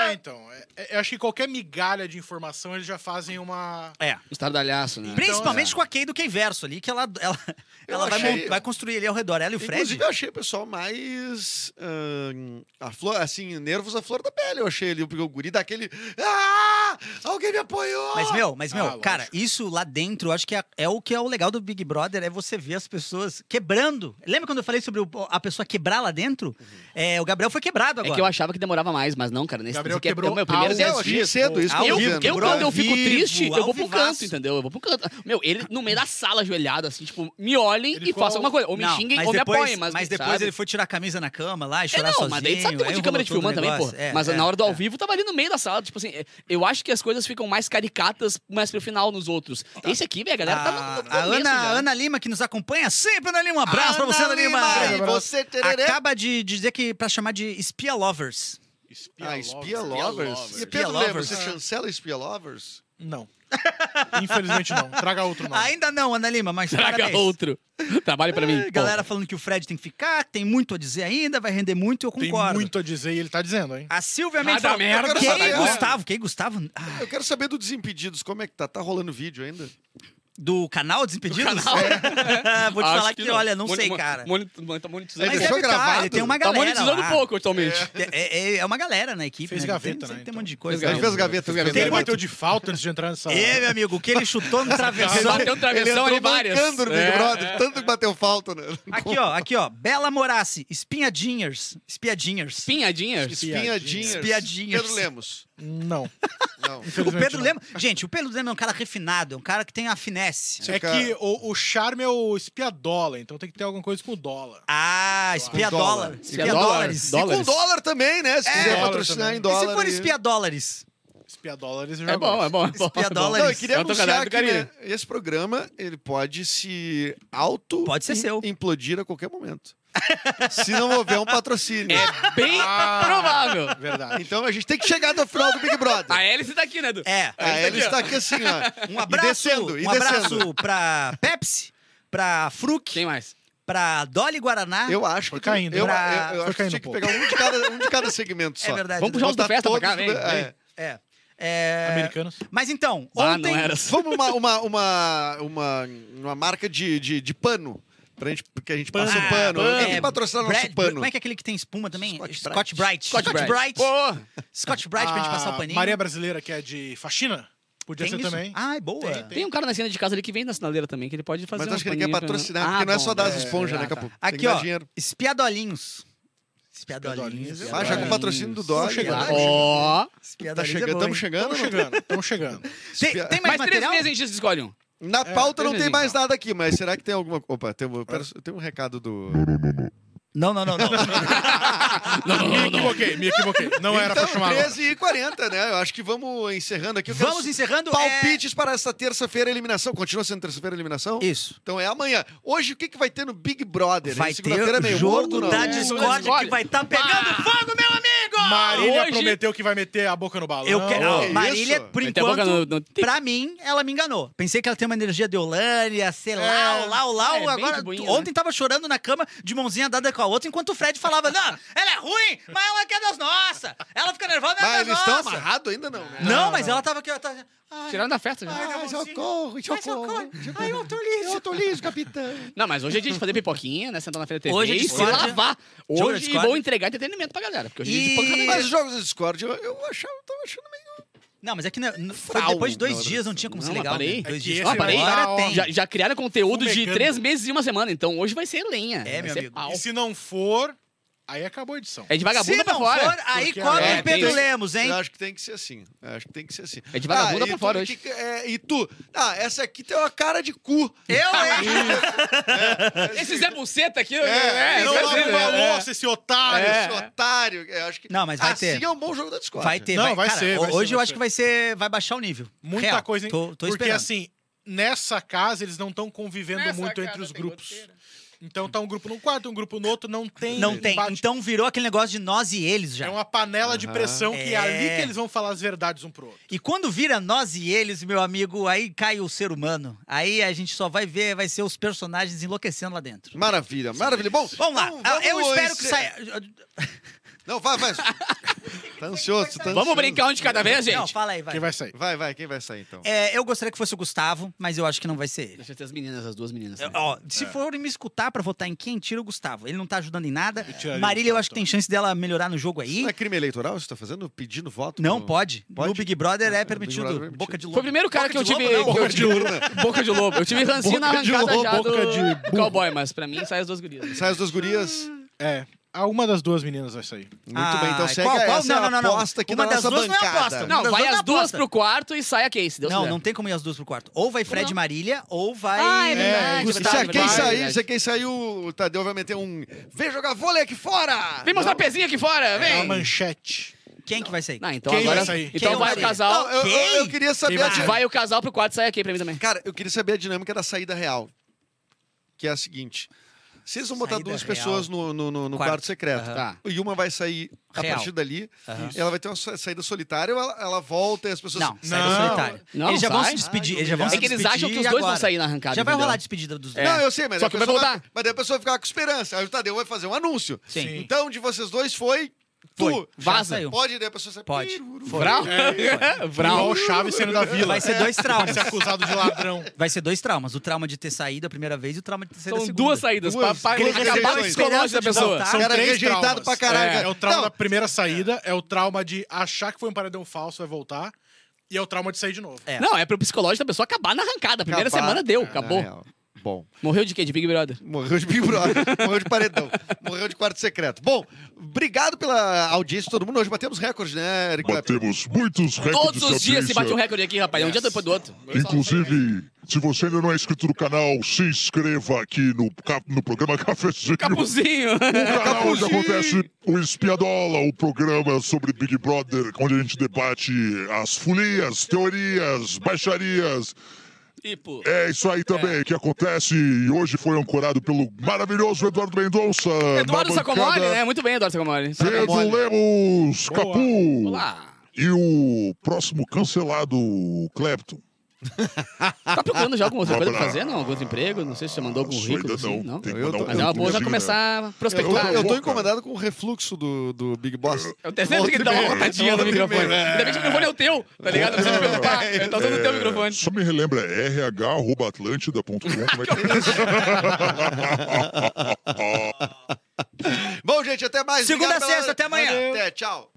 [SPEAKER 5] É, então. é- é- eu acho que qualquer migalha de informação eles já fazem uma.
[SPEAKER 4] É.
[SPEAKER 2] Estardalhaço, né?
[SPEAKER 4] Principalmente com a Kay do Kay Verso ali, que ela, ela,
[SPEAKER 3] Eu
[SPEAKER 4] ela vai,
[SPEAKER 3] achei-
[SPEAKER 4] mon- vai construir ali ao redor. Ela e o Fred.
[SPEAKER 3] Inclusive, eu achei o pessoal mais. ahn, a flor, assim, nervos à flor da pele. Eu achei ele, porque o guri daquele. Ah! Alguém me apoiou!
[SPEAKER 4] Mas, meu, mas, meu,
[SPEAKER 5] Ah,
[SPEAKER 4] cara, isso lá dentro, eu acho que é, é o que é o legal do Big Brother, é você ver as pessoas quebrando. Lembra quando eu falei sobre o- a pessoa quebrar lá dentro? É, o Gabriel foi quebrado agora.
[SPEAKER 2] É que eu achava que demorava mais, mas não, cara. Nesse
[SPEAKER 5] Gabriel
[SPEAKER 2] nesse aqui é-
[SPEAKER 5] quebrou
[SPEAKER 2] é o meu primeiro
[SPEAKER 5] aos
[SPEAKER 3] Não, eu
[SPEAKER 2] dez
[SPEAKER 3] achei
[SPEAKER 2] dias.
[SPEAKER 3] cedo isso. que
[SPEAKER 4] Eu-
[SPEAKER 2] Eu,
[SPEAKER 3] tô dizendo.
[SPEAKER 2] eu, quando eu fico
[SPEAKER 4] Ao vivo,
[SPEAKER 2] triste, eu vou pro
[SPEAKER 4] alvivaço.
[SPEAKER 2] canto, entendeu? Eu vou pro canto. Meu, ele no meio da sala, ajoelhado, assim, tipo, me olhem
[SPEAKER 5] Ele
[SPEAKER 2] e
[SPEAKER 5] ficou-
[SPEAKER 2] façam alguma coisa. Ou me
[SPEAKER 4] Não,
[SPEAKER 2] xinguem,
[SPEAKER 4] mas
[SPEAKER 2] ou
[SPEAKER 4] depois-
[SPEAKER 2] me apoiem, mas.
[SPEAKER 4] Mas depois
[SPEAKER 2] sabe?
[SPEAKER 4] ele foi tirar a camisa na cama lá e
[SPEAKER 2] É,
[SPEAKER 4] chorar
[SPEAKER 2] não,
[SPEAKER 4] sozinho.
[SPEAKER 2] mas daí tu sabe que tem um
[SPEAKER 4] aí
[SPEAKER 2] monte de câmera de
[SPEAKER 4] rolou
[SPEAKER 2] filmando
[SPEAKER 4] todo
[SPEAKER 2] também,
[SPEAKER 4] o
[SPEAKER 2] pô.
[SPEAKER 4] negócio. É,
[SPEAKER 2] mas
[SPEAKER 4] é,
[SPEAKER 2] na hora do ao
[SPEAKER 4] é.
[SPEAKER 2] vivo tava ali no meio da sala, tipo assim, é, eu acho que as coisas ficam mais caricatas mais pro final nos outros. Esse aqui, velho, a galera tá
[SPEAKER 4] A,
[SPEAKER 2] no, no
[SPEAKER 4] a
[SPEAKER 2] começo
[SPEAKER 4] Ana,
[SPEAKER 2] já.
[SPEAKER 4] Ana Lima, que nos acompanha sempre, Ana Lima. Um abraço pra você, Ana Lima.
[SPEAKER 3] E você, tererê.
[SPEAKER 4] Acaba de dizer que pra chamar de espia lovers.
[SPEAKER 3] Ah, Espia Lovers. E
[SPEAKER 4] Espia
[SPEAKER 3] Pedro Lembra,
[SPEAKER 4] Lovers.
[SPEAKER 3] você chancela Espia Lovers?
[SPEAKER 5] Não. Infelizmente não. Traga outro nome.
[SPEAKER 4] Ainda não, Ana Lima, mas
[SPEAKER 2] Traga
[SPEAKER 4] parabéns.
[SPEAKER 2] é outro. Trabalhe pra mim.
[SPEAKER 4] É, Galera falando que o Fred tem que ficar, que tem muito a dizer ainda, vai render muito, eu
[SPEAKER 5] Tem
[SPEAKER 4] concordo.
[SPEAKER 5] muito a dizer e ele tá dizendo, hein?
[SPEAKER 4] A Silvia Mendes
[SPEAKER 2] Cada
[SPEAKER 4] falou,
[SPEAKER 2] merda,
[SPEAKER 4] quem
[SPEAKER 3] cada merda.
[SPEAKER 4] Gustavo, quem Gustavo? Ah,
[SPEAKER 3] Eu quero saber do Desimpedidos, como é que tá? Tá rolando vídeo ainda?
[SPEAKER 4] do canal Desimpedidos?
[SPEAKER 2] canal?
[SPEAKER 4] É. Vou te falar que, olha, não sei, cara.
[SPEAKER 2] Tá monetizando.
[SPEAKER 3] Ele
[SPEAKER 4] Mas
[SPEAKER 3] deixou
[SPEAKER 4] deve tá,
[SPEAKER 3] gravado?
[SPEAKER 4] ele tem uma
[SPEAKER 2] Tá
[SPEAKER 4] galera
[SPEAKER 2] monetizando
[SPEAKER 4] lá.
[SPEAKER 2] pouco atualmente.
[SPEAKER 4] É, é- é uma galera na equipe,
[SPEAKER 5] Fez
[SPEAKER 4] né?
[SPEAKER 5] gaveta,
[SPEAKER 4] tem,
[SPEAKER 5] né,
[SPEAKER 4] Tem
[SPEAKER 5] então.
[SPEAKER 4] um monte de coisa.
[SPEAKER 2] Fez
[SPEAKER 3] Ele fez gaveta.
[SPEAKER 2] Fez
[SPEAKER 3] tá. fez
[SPEAKER 5] Ele
[SPEAKER 2] gaveta.
[SPEAKER 3] gaveta.
[SPEAKER 5] bateu de falta antes de entrar nessa.
[SPEAKER 4] É, meu amigo, o que ele chutou no travessão.
[SPEAKER 5] Tá
[SPEAKER 2] Bateu um travessão
[SPEAKER 3] Ele
[SPEAKER 2] ali
[SPEAKER 3] entrou
[SPEAKER 2] várias.
[SPEAKER 3] mancando no Big
[SPEAKER 2] É,
[SPEAKER 3] Brother, tanto que bateu falta. Né?
[SPEAKER 4] Aqui, ó, aqui, ó. Bela Morassi, espinhadinhas. Espiadinhas.
[SPEAKER 2] Pinhadinha?
[SPEAKER 3] Espinhadinhas.
[SPEAKER 4] Espiadinhas. É
[SPEAKER 3] Pedro Lemos.
[SPEAKER 5] Não.
[SPEAKER 3] Não.
[SPEAKER 4] O
[SPEAKER 5] Infelizmente,
[SPEAKER 4] Pedro
[SPEAKER 5] não.
[SPEAKER 4] Lema. Gente, o Pedro Lema é um cara refinado, é um cara que tem a finesse.
[SPEAKER 3] Sim.
[SPEAKER 5] É
[SPEAKER 3] Cara-
[SPEAKER 5] que o, o charme é o espiadola, então tem que ter alguma coisa com o dólar.
[SPEAKER 4] Ah, espia
[SPEAKER 3] Com dólar.
[SPEAKER 4] dólar. Espia dólares.
[SPEAKER 3] E com dólar também, né? Se quiser
[SPEAKER 5] Dólar
[SPEAKER 3] patrocinar
[SPEAKER 5] também.
[SPEAKER 3] em
[SPEAKER 4] E
[SPEAKER 3] dólar.
[SPEAKER 4] se for
[SPEAKER 3] e-
[SPEAKER 4] espia dólares?
[SPEAKER 5] Espiadólares eu já
[SPEAKER 2] É bom, é
[SPEAKER 5] gosto.
[SPEAKER 2] bom, é bom.
[SPEAKER 4] Espia
[SPEAKER 2] é bom.
[SPEAKER 4] dólares.
[SPEAKER 3] Não, eu queria
[SPEAKER 2] É um
[SPEAKER 3] anunciar
[SPEAKER 2] trocadilho do
[SPEAKER 3] que né,
[SPEAKER 2] carinho.
[SPEAKER 3] esse programa, ele pode se auto...
[SPEAKER 4] Pode ser
[SPEAKER 3] im-
[SPEAKER 4] seu.
[SPEAKER 3] Implodir a qualquer momento. se não houver um patrocínio.
[SPEAKER 2] É bem
[SPEAKER 3] Ah.
[SPEAKER 2] provável.
[SPEAKER 5] Verdade.
[SPEAKER 3] Então a gente tem que chegar até o final do Big Brother.
[SPEAKER 2] A hélice tá aqui, né, Edu?
[SPEAKER 4] É.
[SPEAKER 3] A Ellie está aqui assim, ó.
[SPEAKER 4] Um abraço,
[SPEAKER 3] E descendo, e
[SPEAKER 4] um
[SPEAKER 3] descendo.
[SPEAKER 4] abraço pra Pepsi, pra Fruc,
[SPEAKER 2] Quem mais?
[SPEAKER 4] pra Dolly Guaraná.
[SPEAKER 3] Eu acho
[SPEAKER 5] Foi
[SPEAKER 3] que... tu-
[SPEAKER 5] caindo,
[SPEAKER 3] eu,
[SPEAKER 4] pra-
[SPEAKER 3] eu- eu
[SPEAKER 5] foi
[SPEAKER 3] acho que
[SPEAKER 5] caindo
[SPEAKER 3] tinha
[SPEAKER 5] um
[SPEAKER 3] que
[SPEAKER 5] pouco.
[SPEAKER 3] pegar um de cada, um de cada segmento
[SPEAKER 4] É
[SPEAKER 3] só.
[SPEAKER 4] verdade.
[SPEAKER 2] Vamos puxar
[SPEAKER 4] Edu.
[SPEAKER 2] uns da
[SPEAKER 3] Botar
[SPEAKER 2] festa pra
[SPEAKER 3] todos
[SPEAKER 2] cá, vem.
[SPEAKER 3] do- é.
[SPEAKER 2] vem.
[SPEAKER 4] É. É.
[SPEAKER 5] Americanos.
[SPEAKER 4] Mas então,
[SPEAKER 2] Ah,
[SPEAKER 4] ontem.
[SPEAKER 2] não era só.
[SPEAKER 3] Vamos uma, uma, uma, uma, uma marca de, de, de pano. Pra gente, porque a gente
[SPEAKER 4] Pano.
[SPEAKER 3] passa o pano.
[SPEAKER 2] pano.
[SPEAKER 3] Tem que patrocinar nosso
[SPEAKER 4] É, Brad-
[SPEAKER 3] pano.
[SPEAKER 4] Como é que é aquele que tem espuma também?
[SPEAKER 3] Scott
[SPEAKER 4] Scott Bright.
[SPEAKER 2] Scott Bright. Pô,
[SPEAKER 4] Scott Bright pra gente passar o paninho.
[SPEAKER 5] Ah, Maria Brasileira, que é de faxina, podia
[SPEAKER 4] Tem
[SPEAKER 5] ser
[SPEAKER 4] isso?
[SPEAKER 5] também.
[SPEAKER 4] Ah, é boa.
[SPEAKER 5] Tem,
[SPEAKER 2] tem um cara na cena de casa ali que vem na sinaleira também, que ele pode fazer
[SPEAKER 3] Mas acho que
[SPEAKER 2] um
[SPEAKER 3] ele quer
[SPEAKER 2] paninho pra-
[SPEAKER 3] patrocinar,
[SPEAKER 2] Ah,
[SPEAKER 3] porque não é
[SPEAKER 2] bom,
[SPEAKER 3] só dar as
[SPEAKER 2] é,
[SPEAKER 3] esponjas,
[SPEAKER 2] ah,
[SPEAKER 3] né,
[SPEAKER 2] tá.
[SPEAKER 3] Capu? Tem que
[SPEAKER 4] Aqui,
[SPEAKER 3] dar
[SPEAKER 4] ó.
[SPEAKER 3] dinheiro.
[SPEAKER 4] Espiadolinhos. Espiadolinhos.
[SPEAKER 5] Espiadolinhos.
[SPEAKER 4] eu
[SPEAKER 3] Ah, já com o
[SPEAKER 4] adoro.
[SPEAKER 3] patrocínio do Dói.
[SPEAKER 5] chegando.
[SPEAKER 3] né?
[SPEAKER 2] Ó.
[SPEAKER 3] Tá
[SPEAKER 4] Espiadolinhos.
[SPEAKER 3] chegando,
[SPEAKER 4] é bom,
[SPEAKER 3] estamos
[SPEAKER 4] hein?
[SPEAKER 3] chegando. não-
[SPEAKER 5] Estamos chegando, estamos chegando.
[SPEAKER 4] Tem,
[SPEAKER 3] Espia-
[SPEAKER 4] tem mais
[SPEAKER 2] Mais três
[SPEAKER 4] material?
[SPEAKER 2] meses a gente escolhe um.
[SPEAKER 3] Na pauta não tem
[SPEAKER 2] beleza,
[SPEAKER 3] mais nada aqui, mas será que tem alguma... Opa, tem, um- pera, tem um recado do...
[SPEAKER 4] Não, não, não, não.
[SPEAKER 5] Ah, Me equivoquei, me equivoquei. Não era pra
[SPEAKER 3] então,
[SPEAKER 5] chamar.
[SPEAKER 3] 13 e 40, né? Eu acho que vamos encerrando aqui. Eu quero
[SPEAKER 4] Vamos encerrando. é-
[SPEAKER 3] Palpites para essa terça-feira eliminação. Continua sendo terça-feira eliminação?
[SPEAKER 4] Isso.
[SPEAKER 3] Então é amanhã. Hoje, o que, que vai ter no Big Brother? né?
[SPEAKER 4] Vai
[SPEAKER 3] Segunda-feira é
[SPEAKER 4] ter
[SPEAKER 3] meio morto,
[SPEAKER 4] jogo
[SPEAKER 3] não.
[SPEAKER 4] da
[SPEAKER 3] É.
[SPEAKER 4] Discord que vai estar pegando fogo, meu amigo!
[SPEAKER 5] Marília
[SPEAKER 2] Hoje-
[SPEAKER 5] prometeu que vai meter a boca no balão.
[SPEAKER 4] Eu quero.
[SPEAKER 3] que
[SPEAKER 4] Marília,
[SPEAKER 3] isso?
[SPEAKER 4] por
[SPEAKER 2] Meteu a boca
[SPEAKER 4] enquanto,
[SPEAKER 2] no- no-
[SPEAKER 4] pra mim, ela me enganou. Pensei que ela tem uma energia de Olânia, sei lá,
[SPEAKER 5] É.
[SPEAKER 4] o lá, o lá.
[SPEAKER 2] É,
[SPEAKER 4] o
[SPEAKER 2] bem
[SPEAKER 4] agora,
[SPEAKER 2] de boinha, né?
[SPEAKER 4] ontem tava chorando na cama, de mãozinha dada com a outra, enquanto o Fred falava: Não, ela é ruim, mas ela quer das nossas. Ela fica nervosa, mas ela é
[SPEAKER 3] Mas eles
[SPEAKER 4] das
[SPEAKER 3] estão
[SPEAKER 4] nossas.
[SPEAKER 3] amarrados ainda, não, né?
[SPEAKER 4] Não, mas ela tava aqui, ela tava. Ai,
[SPEAKER 2] Tirando da festa já.
[SPEAKER 3] Ai,
[SPEAKER 4] mãozinha.
[SPEAKER 3] socorro,
[SPEAKER 4] Ai, socorro.
[SPEAKER 3] socorro.
[SPEAKER 4] Ai, eu tô liso.
[SPEAKER 3] Eu tô liso, capitão.
[SPEAKER 2] Não, mas hoje é dia de fazer pipoquinha, né? Sentar na frente da TV
[SPEAKER 4] Hoje é
[SPEAKER 2] e se
[SPEAKER 4] discórdia.
[SPEAKER 2] lavar.
[SPEAKER 4] Hoje é
[SPEAKER 2] Hoje
[SPEAKER 4] discórdia.
[SPEAKER 2] vou entregar entretenimento pra galera. Porque hoje é dia
[SPEAKER 4] E-
[SPEAKER 2] de pancadaria.
[SPEAKER 3] Mas os jogos da Discord, eu, eu achava, eu tava achando meio...
[SPEAKER 4] Não, mas é que né, n- foi
[SPEAKER 3] Frau.
[SPEAKER 4] depois de dois
[SPEAKER 3] Não,
[SPEAKER 4] dias não tinha como ser
[SPEAKER 2] não, mas
[SPEAKER 4] legal.
[SPEAKER 2] parei.
[SPEAKER 4] né? Dois
[SPEAKER 5] É que
[SPEAKER 4] dias.
[SPEAKER 5] esse
[SPEAKER 4] Ah, parei.
[SPEAKER 5] vai dar,
[SPEAKER 4] Agora
[SPEAKER 5] ó.
[SPEAKER 4] tem.
[SPEAKER 2] Já, já criaram conteúdo de
[SPEAKER 5] Fumegando.
[SPEAKER 2] três meses e uma semana, então hoje vai ser lenha.
[SPEAKER 4] É,
[SPEAKER 2] vai
[SPEAKER 4] meu
[SPEAKER 2] ser
[SPEAKER 4] amigo.
[SPEAKER 2] Pau.
[SPEAKER 5] E se não for, aí acabou a edição.
[SPEAKER 2] É de
[SPEAKER 4] Se
[SPEAKER 2] vagabunda pra
[SPEAKER 4] não
[SPEAKER 2] fora.
[SPEAKER 4] for, aí
[SPEAKER 5] Porque
[SPEAKER 4] cobra
[SPEAKER 2] é,
[SPEAKER 4] o Pedro
[SPEAKER 2] tem-
[SPEAKER 4] Lemos, hein?
[SPEAKER 3] Eu acho que tem que ser assim. Eu acho que tem que ser assim.
[SPEAKER 2] É de vagabunda
[SPEAKER 3] e
[SPEAKER 2] pra
[SPEAKER 3] tu,
[SPEAKER 2] fora
[SPEAKER 3] que- é, e tu? Ah, essa aqui tem uma cara de cu. assim,
[SPEAKER 4] Eu, hein?
[SPEAKER 2] Esse Zé Buceta aqui. É,
[SPEAKER 3] é,
[SPEAKER 5] não
[SPEAKER 2] vai
[SPEAKER 5] lava
[SPEAKER 2] ser-
[SPEAKER 5] uma louça, esse otário.
[SPEAKER 2] É.
[SPEAKER 3] Esse otário. Eu acho que...
[SPEAKER 4] Não, mas vai
[SPEAKER 3] assim
[SPEAKER 4] ter.
[SPEAKER 3] é um bom jogo da Discord.
[SPEAKER 4] Vai ter,
[SPEAKER 5] Não,
[SPEAKER 4] vai,
[SPEAKER 5] vai
[SPEAKER 4] cara,
[SPEAKER 5] ser, vai ser,
[SPEAKER 4] Hoje eu
[SPEAKER 5] vai
[SPEAKER 4] acho
[SPEAKER 5] ser.
[SPEAKER 4] que vai ser. Vai baixar o nível.
[SPEAKER 5] Muita
[SPEAKER 4] Real.
[SPEAKER 5] coisa, hein?
[SPEAKER 4] Tô, tô
[SPEAKER 5] Porque
[SPEAKER 4] esperando.
[SPEAKER 5] assim, nessa casa eles não estão convivendo muito entre
[SPEAKER 2] tá
[SPEAKER 5] os grupos. Então tá um grupo num quarto, um grupo no outro, não tem.
[SPEAKER 4] Não tem.
[SPEAKER 5] embate.
[SPEAKER 4] Então virou aquele negócio de nós e eles já.
[SPEAKER 5] É uma panela de pressão que é ali
[SPEAKER 4] É.
[SPEAKER 5] que eles vão falar as verdades um pro outro.
[SPEAKER 4] E quando vira nós e eles, meu amigo, aí cai o ser humano. Aí a gente só vai ver, vai ser os personagens enlouquecendo lá dentro.
[SPEAKER 3] Maravilha, maravilha. Bom,
[SPEAKER 4] Vamos lá. Ah,
[SPEAKER 3] então
[SPEAKER 4] eu
[SPEAKER 3] vamos
[SPEAKER 4] espero que
[SPEAKER 3] encer-
[SPEAKER 4] saia.
[SPEAKER 3] Não, vai, vai. tá ansioso, tá
[SPEAKER 2] Vamos
[SPEAKER 3] ansioso.
[SPEAKER 2] brincar um de cada vez,
[SPEAKER 4] Não,
[SPEAKER 2] gente?
[SPEAKER 4] fala aí, vai.
[SPEAKER 5] Quem vai sair?
[SPEAKER 3] Vai, vai, quem vai sair então?
[SPEAKER 4] É, eu gostaria que fosse o Gustavo, mas eu acho que não vai ser ele.
[SPEAKER 2] Deixa eu ter as meninas, as duas meninas.
[SPEAKER 5] É,
[SPEAKER 4] Eu- Ó, se forem me escutar pra votar em quem, tira o Gustavo. Ele não tá ajudando em nada.
[SPEAKER 5] tiraria o
[SPEAKER 4] Marília, eu
[SPEAKER 5] Gustavo
[SPEAKER 4] acho que tem chance dela melhorar no jogo aí.
[SPEAKER 3] Não é crime eleitoral? Você tá fazendo? Pedindo voto?
[SPEAKER 4] Não
[SPEAKER 3] no-
[SPEAKER 4] pode.
[SPEAKER 3] Pode?
[SPEAKER 4] No Big Brother é
[SPEAKER 3] no Big
[SPEAKER 4] permitido.
[SPEAKER 3] Brother é permitido.
[SPEAKER 4] Boca de lobo.
[SPEAKER 2] Foi o primeiro cara
[SPEAKER 4] Boca
[SPEAKER 2] que eu
[SPEAKER 4] de
[SPEAKER 2] tive.
[SPEAKER 4] lobo, não.
[SPEAKER 2] que eu
[SPEAKER 3] Boca de
[SPEAKER 2] tive boca de lobo. Eu tive rancinho na
[SPEAKER 5] Boca de
[SPEAKER 2] arrancada
[SPEAKER 5] lobo,
[SPEAKER 2] já
[SPEAKER 5] boca de
[SPEAKER 2] do
[SPEAKER 5] burro.
[SPEAKER 2] cowboy, mas pra mim sai as duas gurias.
[SPEAKER 3] Sai as duas gurias.
[SPEAKER 5] É. a Uma das duas meninas vai sair.
[SPEAKER 3] Muito bem, então
[SPEAKER 4] Ah,
[SPEAKER 3] segue
[SPEAKER 4] qual- qual?
[SPEAKER 3] essa
[SPEAKER 4] Não,
[SPEAKER 3] é a
[SPEAKER 4] não, não, não.
[SPEAKER 3] aposta aqui
[SPEAKER 4] Uma
[SPEAKER 3] da
[SPEAKER 4] das
[SPEAKER 3] nossa
[SPEAKER 4] duas não é
[SPEAKER 3] bancada.
[SPEAKER 2] Não,
[SPEAKER 4] aposta.
[SPEAKER 2] vai
[SPEAKER 4] Mas vamos na
[SPEAKER 2] as duas
[SPEAKER 4] aposta.
[SPEAKER 2] pro quarto e sai a Casey, Deus
[SPEAKER 4] Não,
[SPEAKER 2] quiser.
[SPEAKER 4] não tem como ir as duas pro quarto. Ou vai Fred e Marília, ou vai.
[SPEAKER 2] Ah, é verdade.
[SPEAKER 3] Se
[SPEAKER 2] verdade,
[SPEAKER 3] a quem
[SPEAKER 2] verdade,
[SPEAKER 3] sair,
[SPEAKER 2] verdade.
[SPEAKER 3] se a quem sair, o Tadeu vai meter um. Vem jogar vôlei aqui fora!
[SPEAKER 2] Vem mostrar pezinho aqui fora,
[SPEAKER 5] É uma
[SPEAKER 2] vem!
[SPEAKER 5] manchete.
[SPEAKER 4] Quem que vai sair?
[SPEAKER 2] Não, então
[SPEAKER 5] Quem vai
[SPEAKER 2] agora.
[SPEAKER 5] sair?
[SPEAKER 2] Então
[SPEAKER 4] Quem
[SPEAKER 2] vai o
[SPEAKER 4] vai sair?
[SPEAKER 2] casal.
[SPEAKER 3] Não, eu, eu- eu
[SPEAKER 4] Quem?
[SPEAKER 3] queria saber
[SPEAKER 5] Quem
[SPEAKER 3] a
[SPEAKER 5] vai?
[SPEAKER 3] di-
[SPEAKER 2] Vai o casal pro quarto, sai aqui pra mim também.
[SPEAKER 3] Cara, eu queria saber a dinâmica da saída real. Que é a seguinte. Vocês vão botar
[SPEAKER 4] Saída
[SPEAKER 3] duas
[SPEAKER 4] real.
[SPEAKER 3] pessoas no, no, no- no quarto.
[SPEAKER 4] Quarto.
[SPEAKER 3] secreto. tá?
[SPEAKER 2] Aham.
[SPEAKER 3] E uma vai sair a
[SPEAKER 4] Real.
[SPEAKER 3] partir dali. Ela vai ter uma sa- saída solitária, ou ela, ela volta e as pessoas.
[SPEAKER 4] Não, sai do
[SPEAKER 5] Não.
[SPEAKER 4] solitário.
[SPEAKER 2] Não,
[SPEAKER 4] eles já vão
[SPEAKER 2] sai.
[SPEAKER 4] se despedir.
[SPEAKER 3] Ai,
[SPEAKER 4] eles já vão
[SPEAKER 3] é
[SPEAKER 4] se
[SPEAKER 2] que eles
[SPEAKER 4] despedir
[SPEAKER 2] acham que os dois vão
[SPEAKER 4] agora.
[SPEAKER 2] sair na arrancada,
[SPEAKER 4] Já vai
[SPEAKER 2] entendeu?
[SPEAKER 4] rolar a despedida dos dois.
[SPEAKER 3] Não, eu sei, mas
[SPEAKER 2] É. Só
[SPEAKER 3] a
[SPEAKER 2] que vai
[SPEAKER 3] pessoa
[SPEAKER 2] voltar.
[SPEAKER 3] Mas daí a pessoa vai ficar com esperança. Aí o Tadeu vai fazer um anúncio.
[SPEAKER 4] Sim.
[SPEAKER 3] Então, de vocês dois foi.
[SPEAKER 4] Foi.
[SPEAKER 3] Tu.
[SPEAKER 4] Já
[SPEAKER 2] Vaza.
[SPEAKER 4] saiu.
[SPEAKER 3] Pode, daí a pessoa sai.
[SPEAKER 4] Pode.
[SPEAKER 3] piruru.
[SPEAKER 2] Vral?
[SPEAKER 5] Igual
[SPEAKER 2] Vral.
[SPEAKER 5] o É, Chaves sendo da vila.
[SPEAKER 4] Vai ser dois
[SPEAKER 5] Vai
[SPEAKER 4] traumas.
[SPEAKER 5] ser acusado de ladrão.
[SPEAKER 4] Vai ser dois traumas. O trauma de ter saído a primeira vez e o trauma de ter saído a
[SPEAKER 2] São
[SPEAKER 4] segunda.
[SPEAKER 2] duas saídas. Pra,
[SPEAKER 3] Duas.
[SPEAKER 2] pra
[SPEAKER 3] Duas
[SPEAKER 2] acabar com o
[SPEAKER 3] rejeições.
[SPEAKER 2] psicológico da
[SPEAKER 4] Esperança de
[SPEAKER 2] pessoa.
[SPEAKER 4] voltar.
[SPEAKER 5] São
[SPEAKER 3] Cara
[SPEAKER 5] três
[SPEAKER 3] rejeitado
[SPEAKER 5] traumas.
[SPEAKER 3] pra caralho,
[SPEAKER 5] É,
[SPEAKER 3] cara.
[SPEAKER 5] é o trauma
[SPEAKER 3] Não.
[SPEAKER 5] da primeira saída, é o trauma de achar que foi um paredão falso, vai voltar, e é o trauma de sair de novo.
[SPEAKER 4] É.
[SPEAKER 2] Não, é pro psicológico da pessoa acabar na arrancada. A primeira
[SPEAKER 3] Acabar.
[SPEAKER 2] semana deu,
[SPEAKER 3] É, na
[SPEAKER 2] acabou.
[SPEAKER 3] real. Bom.
[SPEAKER 2] Morreu de quê? De Big Brother?
[SPEAKER 3] Morreu de Big Brother, morreu de paredão, morreu de quarto secreto. Bom, obrigado pela audiência de todo mundo. Hoje batemos recorde, né, Eric? Clapton?
[SPEAKER 1] Batemos muitos recordes
[SPEAKER 2] Todos os
[SPEAKER 1] de
[SPEAKER 2] dias se bate um
[SPEAKER 1] audiência.
[SPEAKER 2] recorde aqui, rapaz. É um dia depois do outro.
[SPEAKER 1] Inclusive, se você ainda não é inscrito no canal, se inscreva aqui no, ca- no programa Cafezinho.
[SPEAKER 2] Capuzinho!
[SPEAKER 1] O canal onde acontece o Espiadola, o programa sobre Big Brother, onde a gente debate as folias, teorias, baixarias.
[SPEAKER 2] tipo.
[SPEAKER 1] É isso aí também que acontece. E hoje foi ancorado pelo maravilhoso Eduardo Mendonça. na
[SPEAKER 2] Eduardo Sacomori,
[SPEAKER 1] bancada,
[SPEAKER 2] né? Muito bem, Eduardo Sacomori.
[SPEAKER 1] Pedro
[SPEAKER 3] Sacomori.
[SPEAKER 1] Lemos, Capu.
[SPEAKER 2] Olá.
[SPEAKER 1] E o próximo cancelado, o Clepton.
[SPEAKER 2] Tá procurando já alguma outra coisa pra
[SPEAKER 1] Abra-
[SPEAKER 2] fazer? Não? Algum outro emprego? Não sei se você mandou algum
[SPEAKER 1] Isso ainda
[SPEAKER 2] currículo.
[SPEAKER 1] não.
[SPEAKER 2] assim, não?
[SPEAKER 1] Tem que
[SPEAKER 3] Eu
[SPEAKER 1] mandar
[SPEAKER 3] tô-
[SPEAKER 1] um
[SPEAKER 2] Mas é uma boa já
[SPEAKER 1] currículozinho,
[SPEAKER 2] começar a
[SPEAKER 3] Eu tô,
[SPEAKER 2] prospectar.
[SPEAKER 3] eu tô
[SPEAKER 1] Boca.
[SPEAKER 3] incomodado com o refluxo do, do Big Boss.
[SPEAKER 2] Eu tenho certeza que
[SPEAKER 3] Volta
[SPEAKER 2] dá
[SPEAKER 3] e
[SPEAKER 2] uma
[SPEAKER 3] meia.
[SPEAKER 2] rotadinha no
[SPEAKER 3] Volta e
[SPEAKER 2] microfone.
[SPEAKER 3] meia.
[SPEAKER 2] Ainda bem que o microfone é o teu, tá ligado? Não precisa me preocupar. Eu tô usando o teu
[SPEAKER 1] né?
[SPEAKER 2] microfone.
[SPEAKER 1] Só me relembra, é rh.atlântida.com, como é que é isso?
[SPEAKER 3] Bom, gente, até mais.
[SPEAKER 4] Segunda a
[SPEAKER 3] Obrigado pela-
[SPEAKER 4] sexta, até amanhã.
[SPEAKER 3] Até, tchau.